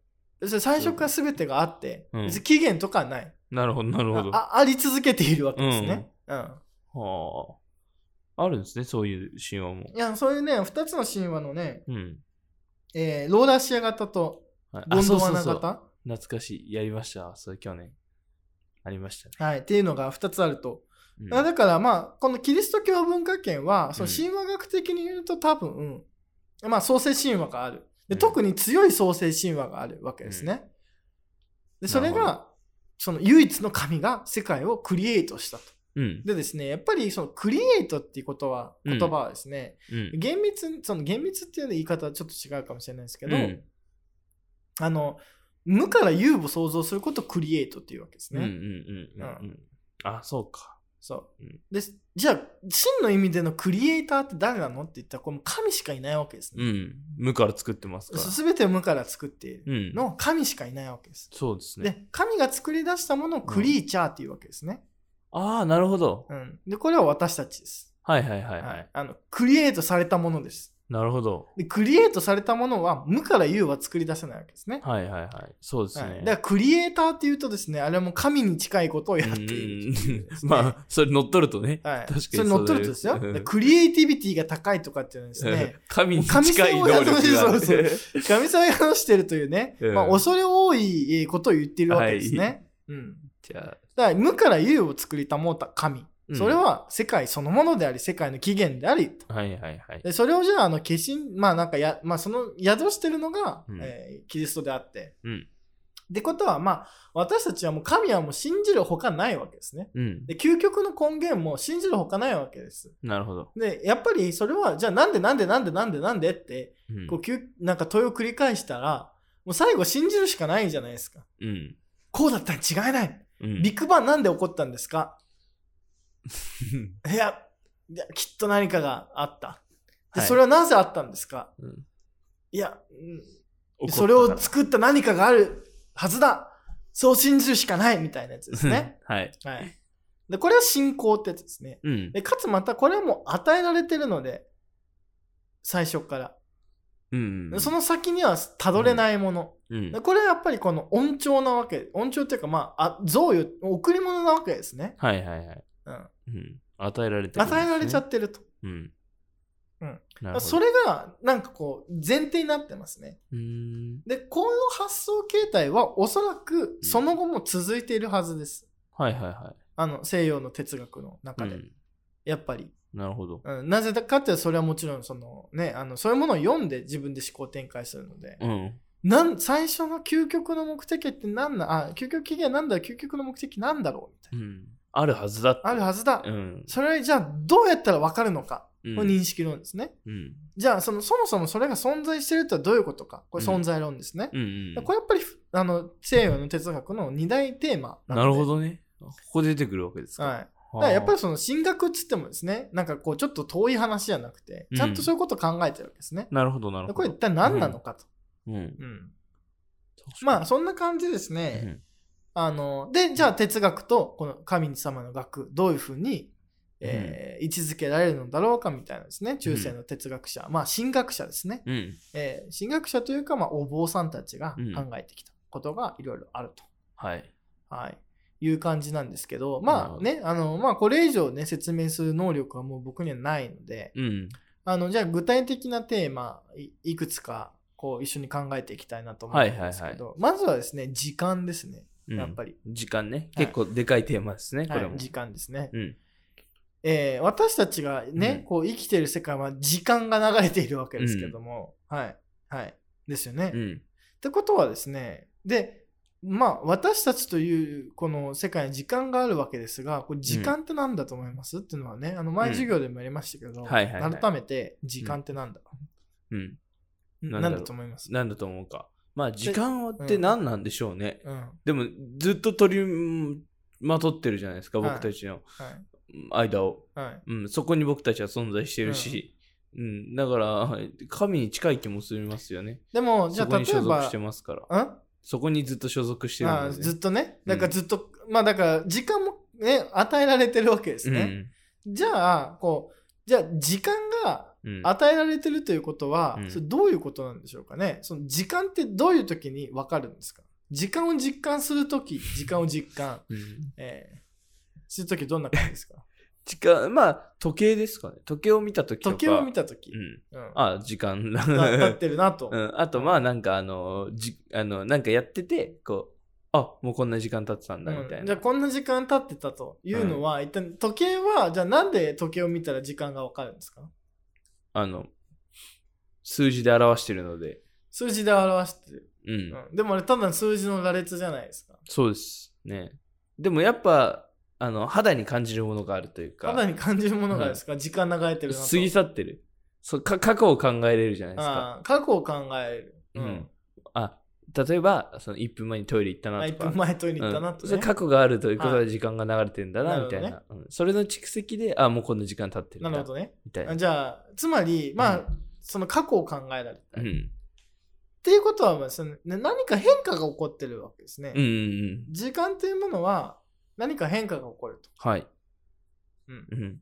それ最初から全てがあって、
うん
別に起源とかはない。
なるほど、なるほど。
あああり続けているわけですね。うん
はあ。あるんですね、そういう神話も
い。やそういうね2つの神話のね、
うん。
えーローラシア型と
はい
ゴンドワ
う
ナ
うう。
型
懐かしい。やりました。それ去年。ありましたね。
はいっていうのが2つあると、
うん
だからまあこのキリスト教文化圏はその
うん
神話学的に言うと多分、まあ創世神話があるで
うん
特に強い創世神話があるわけですね、でそれ
なるほ
がその唯一の神が世界をクリエイトしたと
うん。
でですねやっぱりそのクリエイトっていうことは
うん
言葉はですね、
うん。
厳密にその厳密っていう言い方はちょっと違うかもしれないですけど、
うん
あの無から有を想像することをクリエイトっていうわけです
うんうん
ね、
うんうんうん。あ、そうか。
そう
うん
ですじゃあ真の意味でのクリエイターって誰なのって言ったらこれもう神しかいないわけです
う
ね、
ん。無から作ってますから。
すべてを無から作っている
うん。
のを神しかいないわけです、
そうですね。
で神が作り出したものをクリーチャーっていうわけですね、
ああ、なるほど。
うん、でこれは私たちです、
はいはいはいは
はいい。あのクリエイトされたものです
なるほど。
でクリエイトされたものは無から有は作り出せないわけですね、
はいはいはい。そうです
はい、
ね。
だからクリエイターっていうとですねあれはもう神に近いことをや
う
っ
ん
ている、
うん まあ、それ乗っ取るとね。
はい、
確かに
それ乗っ取るとですよ
そうだよね
でクリエイティビティが高いとかっていうのはですね
神に近い能力があ
もう神様や
る。
とそう神様が話してるというね、
うん
まあ、恐れ多いことを言ってるわけですね、うん、
じゃあ、
だから無から有を作りたもうた神
うん
それは世界そのものであり世界の起源でありと
はいはいはい。
でそれをじゃああの化身まあなんかや、まあ、その宿してるのが、
うん
えーキリストであって
うん。
ってことはまあ私たちはもう神はもう信じるほかないわけですね
うん。
で究極の根源も信じるほかないわけです。
なるほど。
でやっぱりそれはじゃあなんでなんでなんでなんでなんでって
うん
こうきゅなんか問いを繰り返したらもう最後信じるしかないじゃないですか。
うん。
こうだったに違いない。
うん
ビッグバンなんで起こったんです かいやいやきっと何かがあった。で
はい
それはなぜあったんですか、
うん
いや、うんそれを作った何かがあるはずだそう信じるしかないみたいなやつです ね。。
うんはい。
はい、でこれは信仰ってやつですね。
うん。
でかつまたこれはもう与えられてるので最初から
うん。
その先にはたどれないもの、
うん
でこれはやっぱりこの恩寵なわけ恩寵っていうかまああ贈与贈り物なわけですね、
はいはいはい。
うん、
うん。与えられてるんですね
与えられちゃってると
うん。
うん。
なるほど。
それがなんかこう前提になってますね
うーん。
でこの発想形態はおそらくその後も続いているはずです、
はいはいは
あの西洋の哲学の
い。う
中で、
ん。
やっぱり、
なるほど。
うん、なぜかっていうとそれはもちろんそのねあのそういうものを読んで自分で思考展開するので、
うん。
なん最初の究極の目的って何なんあ究極期限なんだ究極の目的なんだろうみたい
うん。あるはずだって。
なあるはずだ、
うん。
それじゃあどうやったら分かるのか
うん
を認識論ですね、
うん。
じゃあそのそもそもそれが存在してるとはどういうことかこれ
うん
存在論ですね、
うんうん。
これやっぱりふあの西洋の哲学の二大テーマんで
なるほ、どね。ここ出てくるわけですか。
はい、
は
だか
あ
らやっぱりその進学っつってもですねなんかこうちょっと遠い話じゃなくて
うん
ちゃんとそういうことを考えてるわけですね、
なるほどなるほど。
これ一体何なのかと、
うん。
うんまあそんな感じですね、あのでじゃあ哲学とこの神様の学どういうふうに、えー位置づけられるのだろうかみたいなですね中世の哲学者、まあ神学者ですね、
うん。うん。
えー神学者というか、まあ、お坊さんたちが
うん
考えてきたことがいろいろあると、
はい。
はい、いう感じなんですけど
なる
ま
ほ
あ
ど
ねあの、まあ、これ以上ね説明する能力はもう僕にはないので
うん。
あのじゃあ具体的なテーマいいくつかこう一緒に考えていきたいなと思うんですけど、まずはですね時間ですね
うん
やっぱり、
時間ね。
はい
結構でかいテーマですね、こ
はい
れも。
時間ですね、
うん。
えー私たちがね、
うん
こう生きてる世界は時間が流れているわけですけども、はいはいですよね、
う
っ
ん。
てことはですねでまあ私たちというこの世界に時間があるわけですがこれ時間って何だと思います、っていうのはねあの前授業でもやりましたけど、
んはいはいはい
改めて時間って何だ、
うん。
ん
なんだろう
何だと思います
なんだと思うか。まあ、時間って何なんでしょうね。
うん、は
でも、ずっと取りまとってるじゃないですか、
はい
僕たちの
い
間を。
はい
うん、そこに僕たちは存在してるし。うん、だから、神に近い気もしますよね。
でもじゃ
そ
あ
こ
例
に
え
所属
ば
してますか
う
ら。
ん
そこにずっと所属してる
あ
ん
あ
で、ね。
ずっとね
うん
だからずっと、まあだから時間もね与えられてるわけですね、じゃあこうじゃあ時間が
うん。うん。
与えられてるということは、
うん、
それどういうことなんでしょうかねその時間ってどういう時に分かるんですか時間を実感する時時間を実感
うん
えーする時どんな感じですか
時間、まあ、時計ですかね。時計を見たときとか。
時計を見た時、
うん。
うん
あ、時間だ。
ななってるなと、
うん。あと、まあ、なんか、あの、じ、あの、なんかやってて、こう、あ、もうこんな時間経ってたんだ、みた
う
い
んじ
な。
ゃあこんな時間経ってたというのは、一体時計はじゃあなんで時計を見たら時間が分かるんですか
あの、数字で表してるので。
数字で表してる、
うん。
うんでもあれただの数字の羅列じゃないですか
そうです。ね。でもやっぱ、あの、肌に感じるものがあるというか、
肌に感じるものがですか、時間流れてるなと
過ぎ去ってる。そうか過去を考えれるじゃないですか。
ああ過去を考える、う
うんん、あ例えばその1分前にトイレ行ったな
あ
と
一
か
分前トイレ行ったな
う
と
ん
ね、
それ過去があるということは時間が流れてんだな、
はい
みたい
な
な
る
うんそれの蓄積であもうこんな時間経ってる
なんる
だ
ほどね
みたいな
あじゃあつまりまあ、
う
その過去を考えられた、
う
っ
ん
ていうことは、まあ、そのね何か変化が起こってるわけですね、
うんうんうん
時間というものは何か変化が起こると
はい、
うん
うん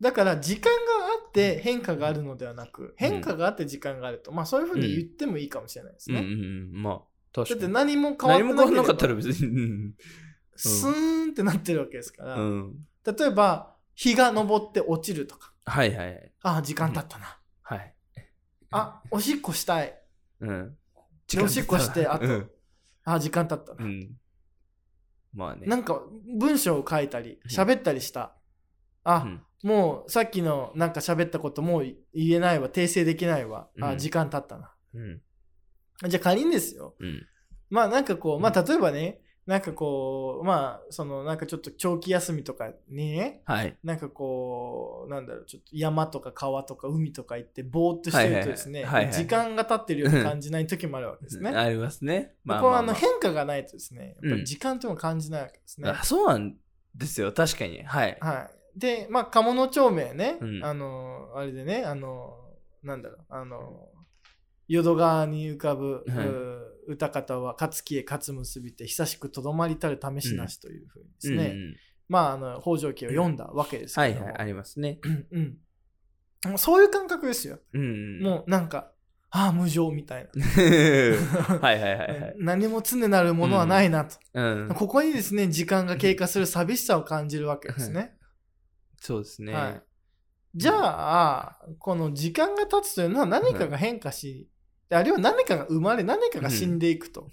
だから時間があって変化があるのではなく変化があって時間があると、まあそういうふうに言ってもいいかもしれないです
うん
ね、
うんうんまあ確
だっ
か
て
に
何も変わって
何
なければ
も変わんなかったら別にうん
スーンってなってるわけですから、
うん
例えば日が昇って落ちるとか
はいはいはい
ああ時間経ったな、
はい
あおしっこしたい
うん
でおしっこしてあと
うん、
あ時間経った
う
な、
ん、まあね
なんか文章を書いたり
ん
喋ったりした、あ、
うん
もうさっきのなんか喋ったこともう言えないわ訂正できないわ、
う
あ
ん
時間経ったな
うん
じゃあ仮にですよ
うん
まあなんかこうまあ例えばねなんかこうまあそのなんかちょっと長期休みとかにね
はい
なんかこうなんだろうちょっと山とか川とか海とか行ってぼーっとしてるとですね、
はいはいはいはいはい
時間が経ってるように感じない時もあるわけですね。
ありますねまあ
ここ
ま
は
あ
あ
ま
の
あ
変化がないとですね、やっぱ
う
り
ん
時間というのを感じないわけですね。
あそうなんですよ確かにはい、
はい、で、まあ、鴨の町名ね、
うん
あの、あれでね、あの、なんだろう、あの、淀川に浮かぶ、
はいう
歌方は勝きへ勝結びて久しくとどまりたる試しなしというふうにですね、
うんうん
まああの北条記を読んだわけです
は
け
い
ども、
はいありますね
うんもうそういう感覚ですよ、
うんうん
もうなんかああ、無情みたいな。
はいはいはいはい。
何も常なるものはないなと。
うん。
ここにですね、時間が経過する寂しさを感じるわけですね。
そうですね。
はいじゃあ、この時間が経つというのは何かが変化し、あるいは何かが生まれ、何かが死んでいくと。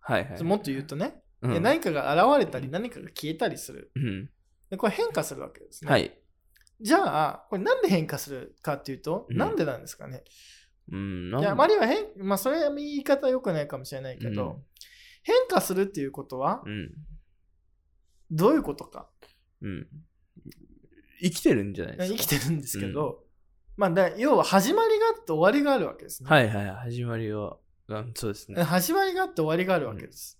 はいはい。
もっと言うとね、
うん、
で何かが現れたり、何かが消えたりする。
うん。
でこれ変化するわけですね。
はい。
じゃあ、これなんで変化するかっていうと、
うん
なんでなんですかね。
うん。
いや、あるいは変、まあ、それは言い方良くないかもしれないけど、
うん
変化するっていうことは、
うん。
どういうことか。
うん。生きてるんじゃないです
生
か。
きてるんですけど、まあ、だ要は始まりがあって終わりがあるわけですね。
はいはい。始まりは、うん、そうですね。
始まりがあって終わりがあるわけです。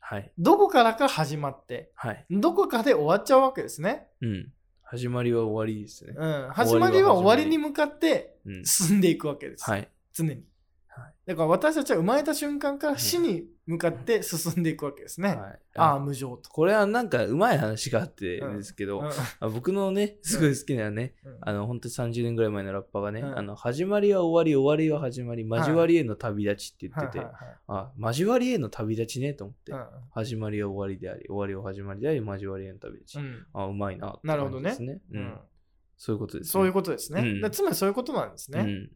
はい。
どこからか始まって、
はい。
どこかで終わっちゃうわけですね。
うん。始まりは終わりですね。
うん、
り
始まりは終わりに向かって
うん。
進んでいくわけです。
はい。
常に
はい。
だから私たちは生まれた瞬間から死に向かって進んでいくわけですね。
はい、
ああ、無常と。
これはなんかうまい話があってですけど、
うん
あ僕のね、すごい好きなね、
うん
あの、本当に30年ぐらい前のラッパーがね、
うん
あの、始まりは終わり、終わりは始まり、交わりへの旅立ちって言って
は
て、
いはいはい
あ、交わりへの旅立ちね、と思って、
うん
始まりは終わりであり、終わりは始まりであり、交わりへの旅立ち。
うん
あ、うまいなって
なるほどね
感じです
う
ね。うん
ん
そういうことです、ね。
そういうことですね。
うん
だからつまりそういうことなんですね。
うん。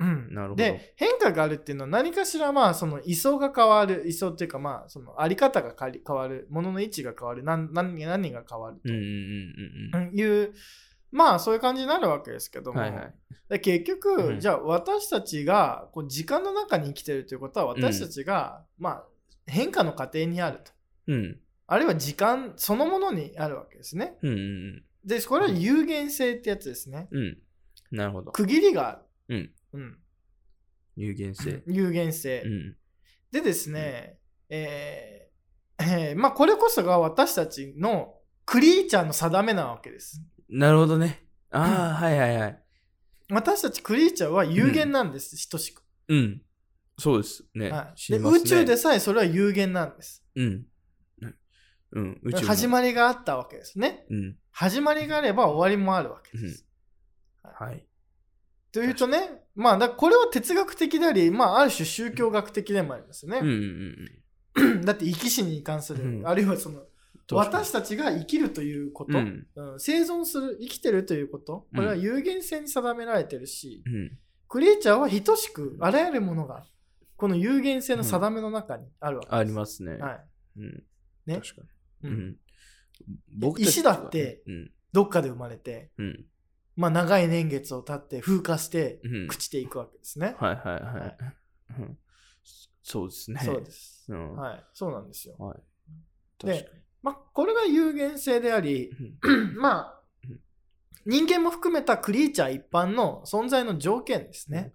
うん
なるほど
で変化があるっていうのは何かしらまあその位相が変わる位相っていうかまあそのあり方が変わり変わる物の位置が変わる何何何が変わる
うんうん
というまあそういう感じになるわけですけど
うんうん。
も、
はいはい。
で結局、
うん
じゃあ私たちがこう時間の中に生きてるということは私たちが、まあ変化の過程にあると
うん。
あるいは時間そのものにあるわけですね
うんうん
でこれは有限性ってやつですね
うん。うん。なるほど。
区切りがある、うん
有限性。
有限性、
うん。
でですね、えーえーまあこれこそが私たちのクリーチャーの定めなわけです。
なるほどね。ああ、はいはいはい。
私たちクリーチャーは有限なんです、等しく、
うん。そうですね。
はい
知
で。
りますね
宇宙でさえそれは有限なんです。
うん。うん。宇宙も
始まりがあったわけですね。
うん。
始まりがあれば終わりもあるわけです。
はい。
というとね、まあだこれは哲学的であり、まあある種宗教学的でもありますよ
うんう
ね。
んうん。
だって生き死に関する、
うん
あるいはその
確かに
私たちが生きるということ、
うん。
うん生存する生きてるということ
うん
これは有限性に定められてるし、
うん。
クリーチャーは等しくあらゆるものがこの有限性の定めの中にあるわけです。
ありますね。
はい
うん。
ね
確か
う
に。
ん
うん。僕
石だって
うん。
どっかで生まれて、
うん。
まあ、長い年月を経って風化して
うん。
朽ちていくわけですね。
はいはい
は
はい
い。
うんそうですね。
そうです、
うん。は
はい。そうなんですよ。
い。確か
まあ、これが有限性であり、
に。
まあ
うん、
人間も含めたクリーチャー一般の存在の条件ですね。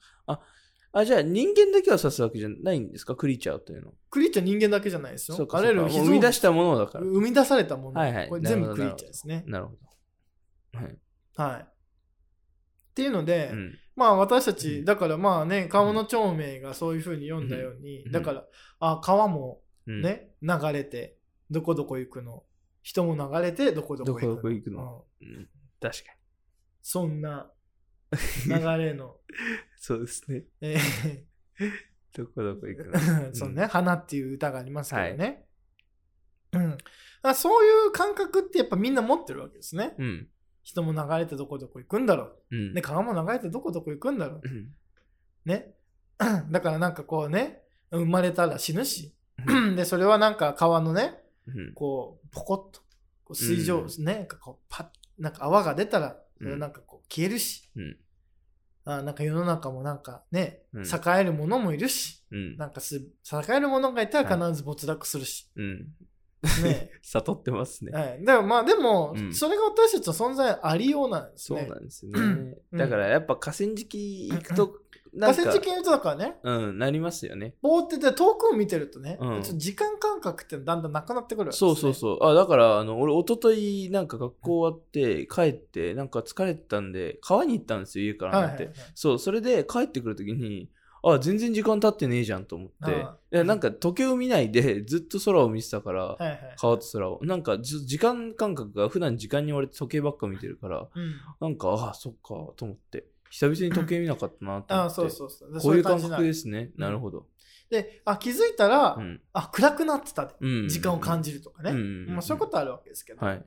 あ、じゃあ人間だけを指すわけじゃないんですかクリーチャーというのは。
クリーチャー人間だけじゃないですよ。
そうか
あ
そう
らゆる
かもう
非
生み出
し
したものだから。
生み出されたもの、
はいはい
これ全部
なるほ
ク
ど
リーチャーですね。
なるほど。はい。
はい。っていうので、
うん。
まあ私た
う
ち、
ん
だからまあね、川の長明がそういうふうに読んだように、
うん
だから、あ川も
うん。
ね、流れて、どこどこ行くの。人も流れて、どこどこ行くの。
どこどこ行くの
うん
うん。確かに。
そんな流れの、
そうですね。
えー
どこどこ行く
そうね、花っていう歌がありますけどね。うん。あそういう感覚ってやっぱみんな持ってるわけですね。
うん。
人も流れてどこどこ行くんだろ
うん
う。ね、川も流れてどこどこ行くんだろう。
うん
ね。 だからなんかこうね、生まれたら死ぬし、 で、それはなんか川のね、
うん
こう、ポコッと、こう水上、
う
ね、なんかこう、パッ、なんか泡が出たら、それはなんかこう、消えるし、
うん
あなんか世の中もなんかね、
うん
栄えるものもいるし、
うん
なんかす、栄えるものがいたら必ず没落する し、
うん。
ね。
悟ってますね。
はい。だからまあでも、
うん
それが私たちの存在ありようなんです
そう
ね
な。んですよ
うん
ね。だからやっぱ河川敷行くと、なん
河
か
川敷の人だからね、
うん、なりますよね。
ぼーってて遠くを見てるとね、
うん
ちょっと時間感覚ってだんだんなくなってくるわけですね
そうそうそう。あ、だから、あの、俺、一昨日なんか学校終わって、帰って、なんか疲れてたんで、川に行ったんですよ、家から
はい
な
は
っ
いはい
て。そう、それで帰ってくるときに、あ、全然時間経ってねえじゃんと思って、
あ
いやなんか時計を見ないで、ずっと空を見てたから、
はいはい
川と空を。なんかず、時間感覚が普段時間に追われて時計ばっか見てるから、
うん
なんか、ああ、そっか、と思って。久々に時計見なかったなと思
ああ
って。
そうそうそう。
こういう
そ
感
じな
覚
の
ですね。なるほど。
で、あ、気づいたら、
うん
あ、暗くなってたで、
うん
時間を感じるとかね。
うんうんうん
まあ、そういうことあるわけですけど。
はい。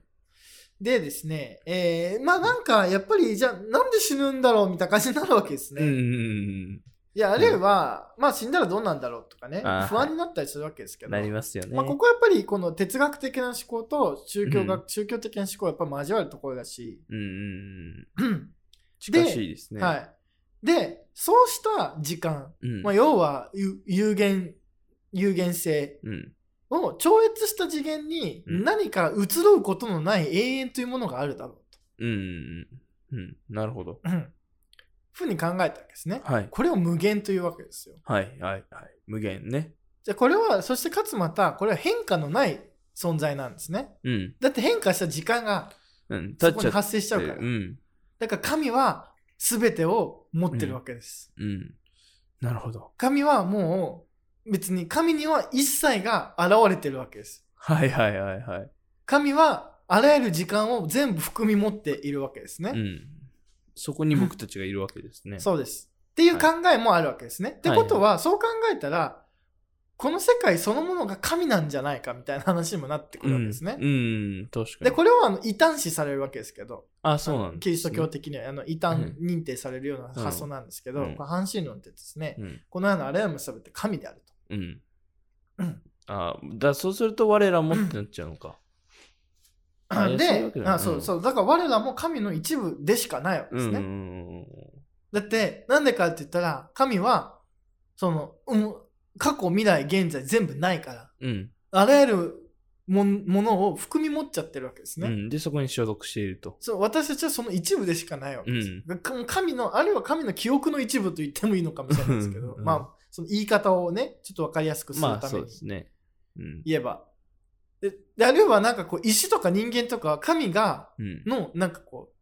でですね、えー、まあなんか、やっぱり、じゃあなんで死ぬんだろうみたいな感じになるわけですね。
うんうん
い
うん
や、あるいは、まあ死んだらどうなんだろうとかね
あー、
不安になったりするわけですけ
うん。
ど。
なりますよね。
まあ、ここはやっぱりこの哲学的な思考と宗教学、宗教的な思考はやっぱ交わるところだし、
うんうんうん。
うん
近しいですね。。
はいい、でそうした時間、
うん。
まあ、要は有有限有限性
うん。
を超越した次元に
うん
何か移ろうことのない永遠というものがあるだろ
うんうんうん。うん。なるほど。
うと、うんふうに考えたわけですね。
はい。
これを無限というわけですよ。
はい。はい。はい。無限ね。
じゃあこれはそしてかつまたこれは変化のない存在なんですね。
うん。
だって変化した時間が
うん。立
そ
っ
こ
ち
に
ゃって。
発生しちゃうから。
うん。
だから神は全てを持ってるわけです。
うん。なるほど。
神はもう別に神には一切が現れてるわけです。
はいはいはいはい。
神はあらゆる時間を全部含み持っているわけですね。
うん。そこに僕たちがいるわけですね。
そうです。っていう考えもあるわけですね。ってことは、そう考えたら、この世界そのものが神なんじゃないかみたいな話にもなってくるわけですね。
うん、うん確かに。
で、これはあの異端視されるわけですけど、
あ、そうなんです、ね。
キリスト教的にはあの異端認定されるような発想なんですけど、
うん
これ半神論ってですね、
うん。
この世のあらゆるもの全て神であると。
うん。
うん
あだそうすると我らもってなっちゃうのか。あいやそういう
で
わけ、だ
あそうそう、だから我らも神の一部でしかないわけ
う
です
んうん
ね。
うんうん。
だって、なんでかって言ったら、神は、その、うん、過去、未来、現在全部ないから、
うん
あらゆるもんものを含み持っちゃってるわけです
う
ね。
ん。で、そこに所属していると。
そう私たちはその一部でしかないわけです。
う
か神の、あるいは神の記憶の一部と言ってもいいのかもしれないですけど、
うん
まあ、その言い方をね、ちょっとわかりやすくする
まあ、
ため
そう
に
ですね。うん。
言えば。でであるいはなんかこう、石とか人間とか、神が
うん。
の、なんかこう、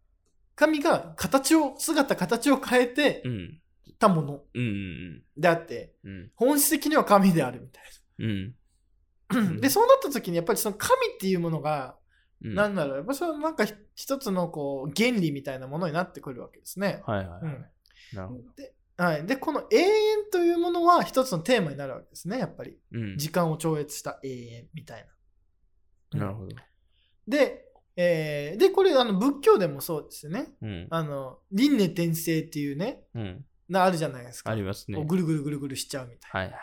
神が形を、姿形を変えて
うん。
たもの
うん。うん
であって、
うん。
本質的には神であるみたい
うん。
な。
うん
で、そうなった時にやっぱりその神っていうものが、
うん。
なんだろう、やっぱそのなんかひ一つのこう、原理みたいなものになってくるわけですね。
はいはい。
うん
なるほど。
ではい、でこの永遠というものは一つのテーマになるわけですねやっぱり
うん。
時間を超越した永遠みたいな。
なるほど。
で,、えーでこれあの仏教でもそうですよね
うん。
あの輪廻転生っていうね
うん。
なあるじゃないですか。
ありますね
こう。ぐるぐるぐるぐるしちゃうみたいな。
はいはい。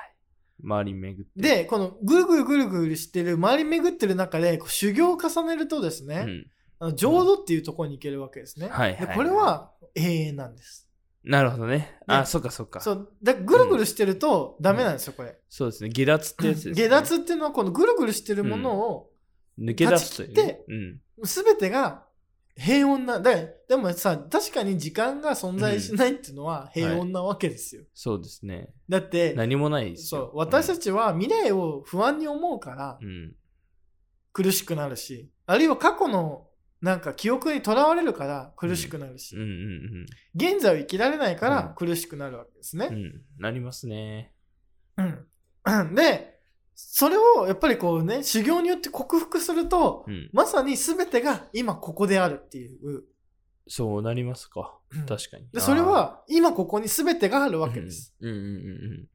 周り巡って。、
で、このぐるぐるぐるぐるしてる、周り巡ってる中でこう修行を重ねるとです
う
ね、
ん。
あの浄土っていうところに行けるわけですね。
はいはい
でこれは永遠なんです。
なるほどね。あ、
ね
そっかそっか。
そ、
そう
だぐるぐるしてるとダメなんですよ、これ。
うですね。下脱ってやつです、ね。
下脱っていうのは、このぐるぐるしてるものを、
抜け出すという、
断ち
ね。うん。
すべてが平穏な、だでもさ、確かに時間が存在しないっていうのは平穏なわけですよ。
そうですね。
だって、
何もないです
そ
よ。
う、私た
ち、
ちは未来を不安に思うから、
うん。
苦しくなるし、あるいは過去のなんか記憶にとらわれるから苦しくなるし、
うんうん
現在を生きられないか
うん
ら苦しくなるわけです
うん。う
ね。
ん。なりますね。
うん。 で、それをやっぱりこうね、修行によって克服すると、
うん。
まさに全てが今ここであるっていう。
そうなりますか。
うん
確かに。
で、それは今ここに全てがあるわけです。
あー。うんうんうん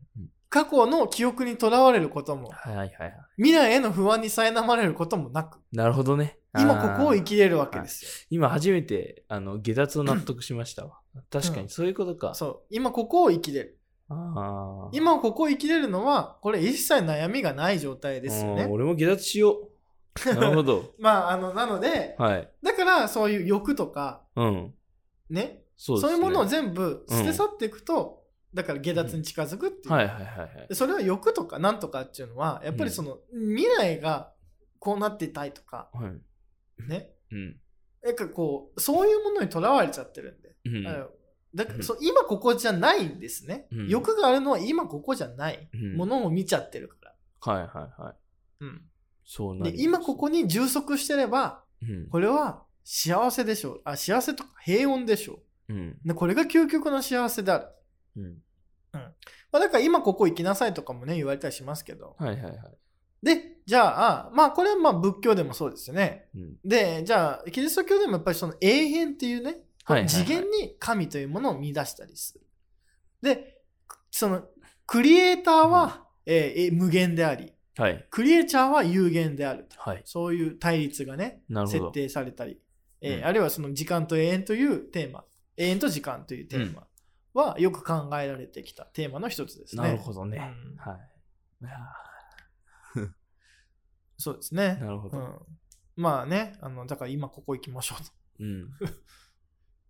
過去の記憶にとらわれることも
うん。、はいはいはい。
未来への不安に苛まれることもなく、
なるほどね。あ
今
ー
ここを生きれるわけですよ。
今初めて、あの、下脱を納得しましたわ。確かに、そういうことか。
そう、今ここを生きれる。
ああ。
今ここ生きれるのはこれ一切悩みがない状態ですよ
うん
ね。
俺も下脱しよ う。なるほど。
まああのなので
はい。
だからそういう欲とか
うん。
ね
そ
そう
ですね。
いうものを全部捨て去っていくと、だから下脱に近づくっていう、
はいはいはいはい
で。それは欲とかなんとかっていうのはやっぱりその、未来がこうなっていたいとか
はい。
ね
うん。
なんかこうそういうものにとらわれちゃってるんで、
うん
あのだから、
うん
そう今ここじゃないんですね、
うん
欲があるのは今ここじゃない
うん
ものを見ちゃってるから、
はいはいはい。
うん
そうな
で
り
今
ます
こ、こに充足してれば
うん
これは幸せでしょうあ幸せとか平穏でしょ
うん
うでこれが究極の幸せである、
うん、
まあ、だから今ここ行きなさいとかもね言われたりしますけど
はいはいはい。
でじゃあまあこれはまあ仏教でもそうですよね
うん
でじゃあキリスト教でもやっぱりその永遠っていうね
はいはいはい
次元に神というものを見出したりする。で、その、クリエイターは、えーえ無限であり、
はい。
クリエイチャーは有限であると。
はい。
そういう対立がね、
なるほ
設
ど。
定されたり、えー
うん
あるいはその時間と永遠というテーマ、永遠と時間というテーマはよく考えられてきたテーマの一つですね。
なるほどね。
うん
はい。いや
そうですね
ー。なるほ
う
ど。
ん、まあねあの、だから今ここ行きましょうと
うん。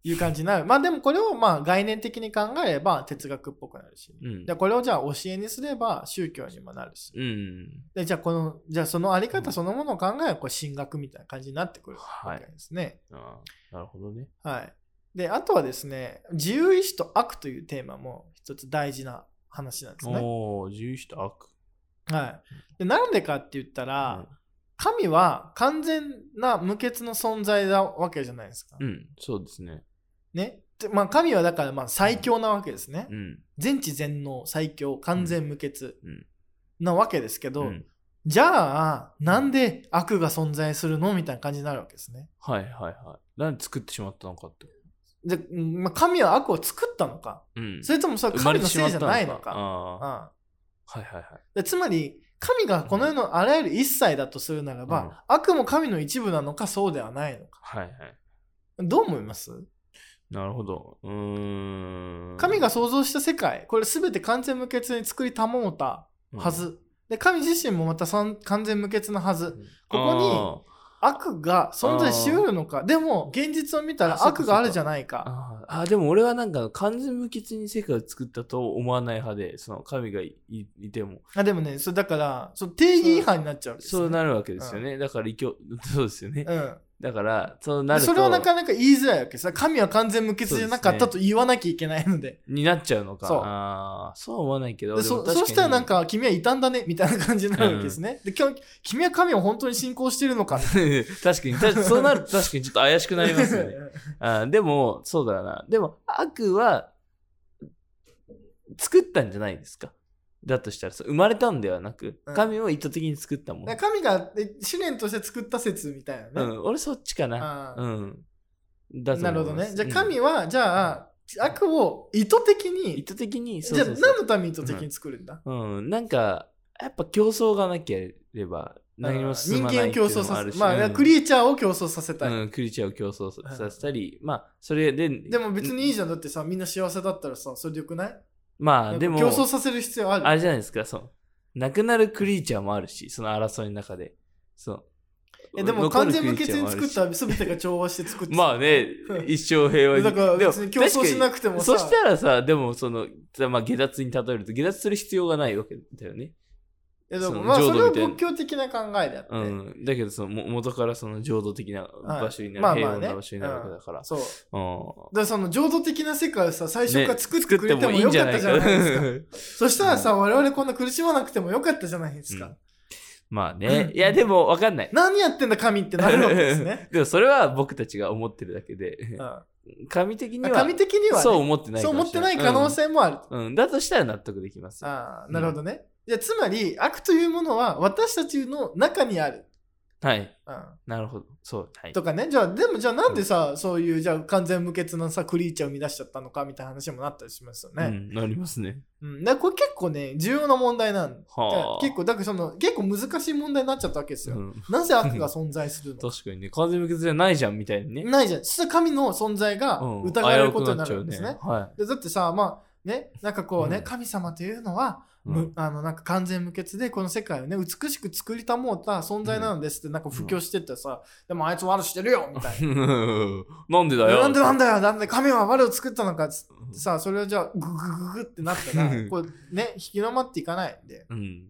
いう感じになる。 まあでもこれをまあ概念的に考えれば哲学っぽくなるし、
うん
でこれをじゃあ教えにすれば宗教にもなるし、
うん。
でじゃあこの、じゃあそのあり方
うん
そのものを考えればこう神学みたいな感じになってくるわけですね。
あーなるほどね。
はい。で、あとはですね、自由意志と悪というテーマも一つ大事な話なんですね。
おお自由人悪。
はい。で、なんでかって言ったら、
うん
神は完全な無欠の存在なわけじゃないですか。
うん。そうですね。
ね。でまあ、神はだからまあ最強なわけですね。
うん。
全知全能、最強、完全無欠
うん
なわけですけど、
ん
じゃあ、なんで悪が存在するのみたいな感じになるわけですね。
はいはいはい。なんで作ってしまったのかって。
で、うんまあ、神は悪を作ったのか、
うん。
それともそれは神のせいじゃないのか。
あ
うん
あー。はいはいはい。
でつまり神がこの世のあらゆる一切だとするならば、
うん
悪も神の一部なのかそうではないのか
はいはい。
どう思います
なるほど。うーん。
神が創造した世界これ全て完全無欠に作り保ったはず、
うん。
で神自身もまたさん完全無欠なはずここに
こ
悪が存在しうるのかでも現実を見たら悪があるじゃないか
あーあーでも俺はなんか完全無欠に世界を作ったと思わない派でその神がいいいても
あでもねそれだからその定義違反になっちゃうわけですね、
そうなるわけですよね、だから異教そうですよね、
うん
だからそうな
で
ると
それはなかなか言いづらいわけさ神は完全無欠じゃなかったと言わなきゃいけないので
になっちゃうのか
そう
あーそうは思わないけど
で
でも
そ
確か
そ
に
したらなんか君は異端だねみたいな感じになるわけですね。で今日君は神を本当に信仰してるのか
確かにたそ うなると確かにちょっと怪しくなりますよねあーでもそうだなでも悪は作ったんじゃないですかだとしたらそう生まれたんではなく
うん
神を意図的に作ったもの
で神がえ試練として作った説みたいな
う
ね。
ん、俺そっちかな。
あー
うん。だと
な
思
るほ
い
ど
ます
ね。じゃあ
うん
神はじゃあ悪を意図的
意
に
図的に、
じゃあ何のために意図的に作るんだ
うん、なんか、やっぱ競争がなければ、何も進
人
まな
間を
いって
競
いう
争
のも
さ
ある
せ
し。
まあ、
うん
クリーチャーを競争させたい。
うん、クリーチャーを競争ささせたり、まあ、それで、
でも別にいいじ
ゃ
ゃ
ん。
んだってさみんな幸せだったらさそれでよくない
ま
なん
あ、
か
でも、
競争させる必要ある
あれじゃないですか、そう。なくなるクリーチャーもあるし、その争いの中で。そう。
えでも完
残るク
全
リ
無
ーチ
欠
ャー
に
もあるし
作った全てが調和して作って
まあね、一生平和に。
だから別に競
でも
争
確か
しなくてもさ
そしたらさ、でもその、まあ、下脱に例えると、下脱する必要がないわけだよね。
いやで
そ
も
の
まあ
浄
そ
土
れは
みたいな
仏教的な考えであって、
うん。だけどその、も元からその浄土的な場所になる、
まあまあね
平穏な場所になるわけだから。
そうだか
う
らその浄土的な世界をさ最初から
ね
作ってくれてもよかったじゃないですか、
か。
そしたらさ、我々こんな苦しまなくてもよかったじゃないですか、
うんま あね。いや、でもわかんない。、
何やってんだ神 ってなるわけですね
でもそれは僕たちが思ってるだけで
う、ん、
神的には、
神的にはね、
そう思ってない
そう
かも
思っ
してれ
ない可能、性もある、
うん。うんだとしたら納得できますよ。
ああなるほどね、じゃあつまり悪というものは私たちの中にある、
はい。
うん、
なるほど。そう。はい。
とかねじゃあでもじゃあなんでさ、そういうじゃあ完全無欠なさクリーチャーを生み出しちゃったのかみたいな話もなったりしますよね、
うん、なりますね。
うん、だからこれ結構ね重要な問題なん
はあ
結構だからその結構難しい問題になっちゃったわけですよ、
うん
なぜ悪が存在す るの
確かにね、完全無欠じゃないじゃんみたいにね。
ないじゃんそしたら神の存在が
うん
疑われることになるんですね,、
危うくなっちゃうね
でだってさまあねなんかこうね、
うん
神様というのは、
はい。う
む
ん
あのなんか完全無欠でこの世界をね美しく作り保った存在なのですってなんか布教してったらさ、でもあいつ悪してるよみたい
なんでだ
な
よ。
なんでなん
だ
だよなんで神は悪を作ったのかっつってさそれをじゃあグググググってなった らこうね引き止まっていかないんで
うん。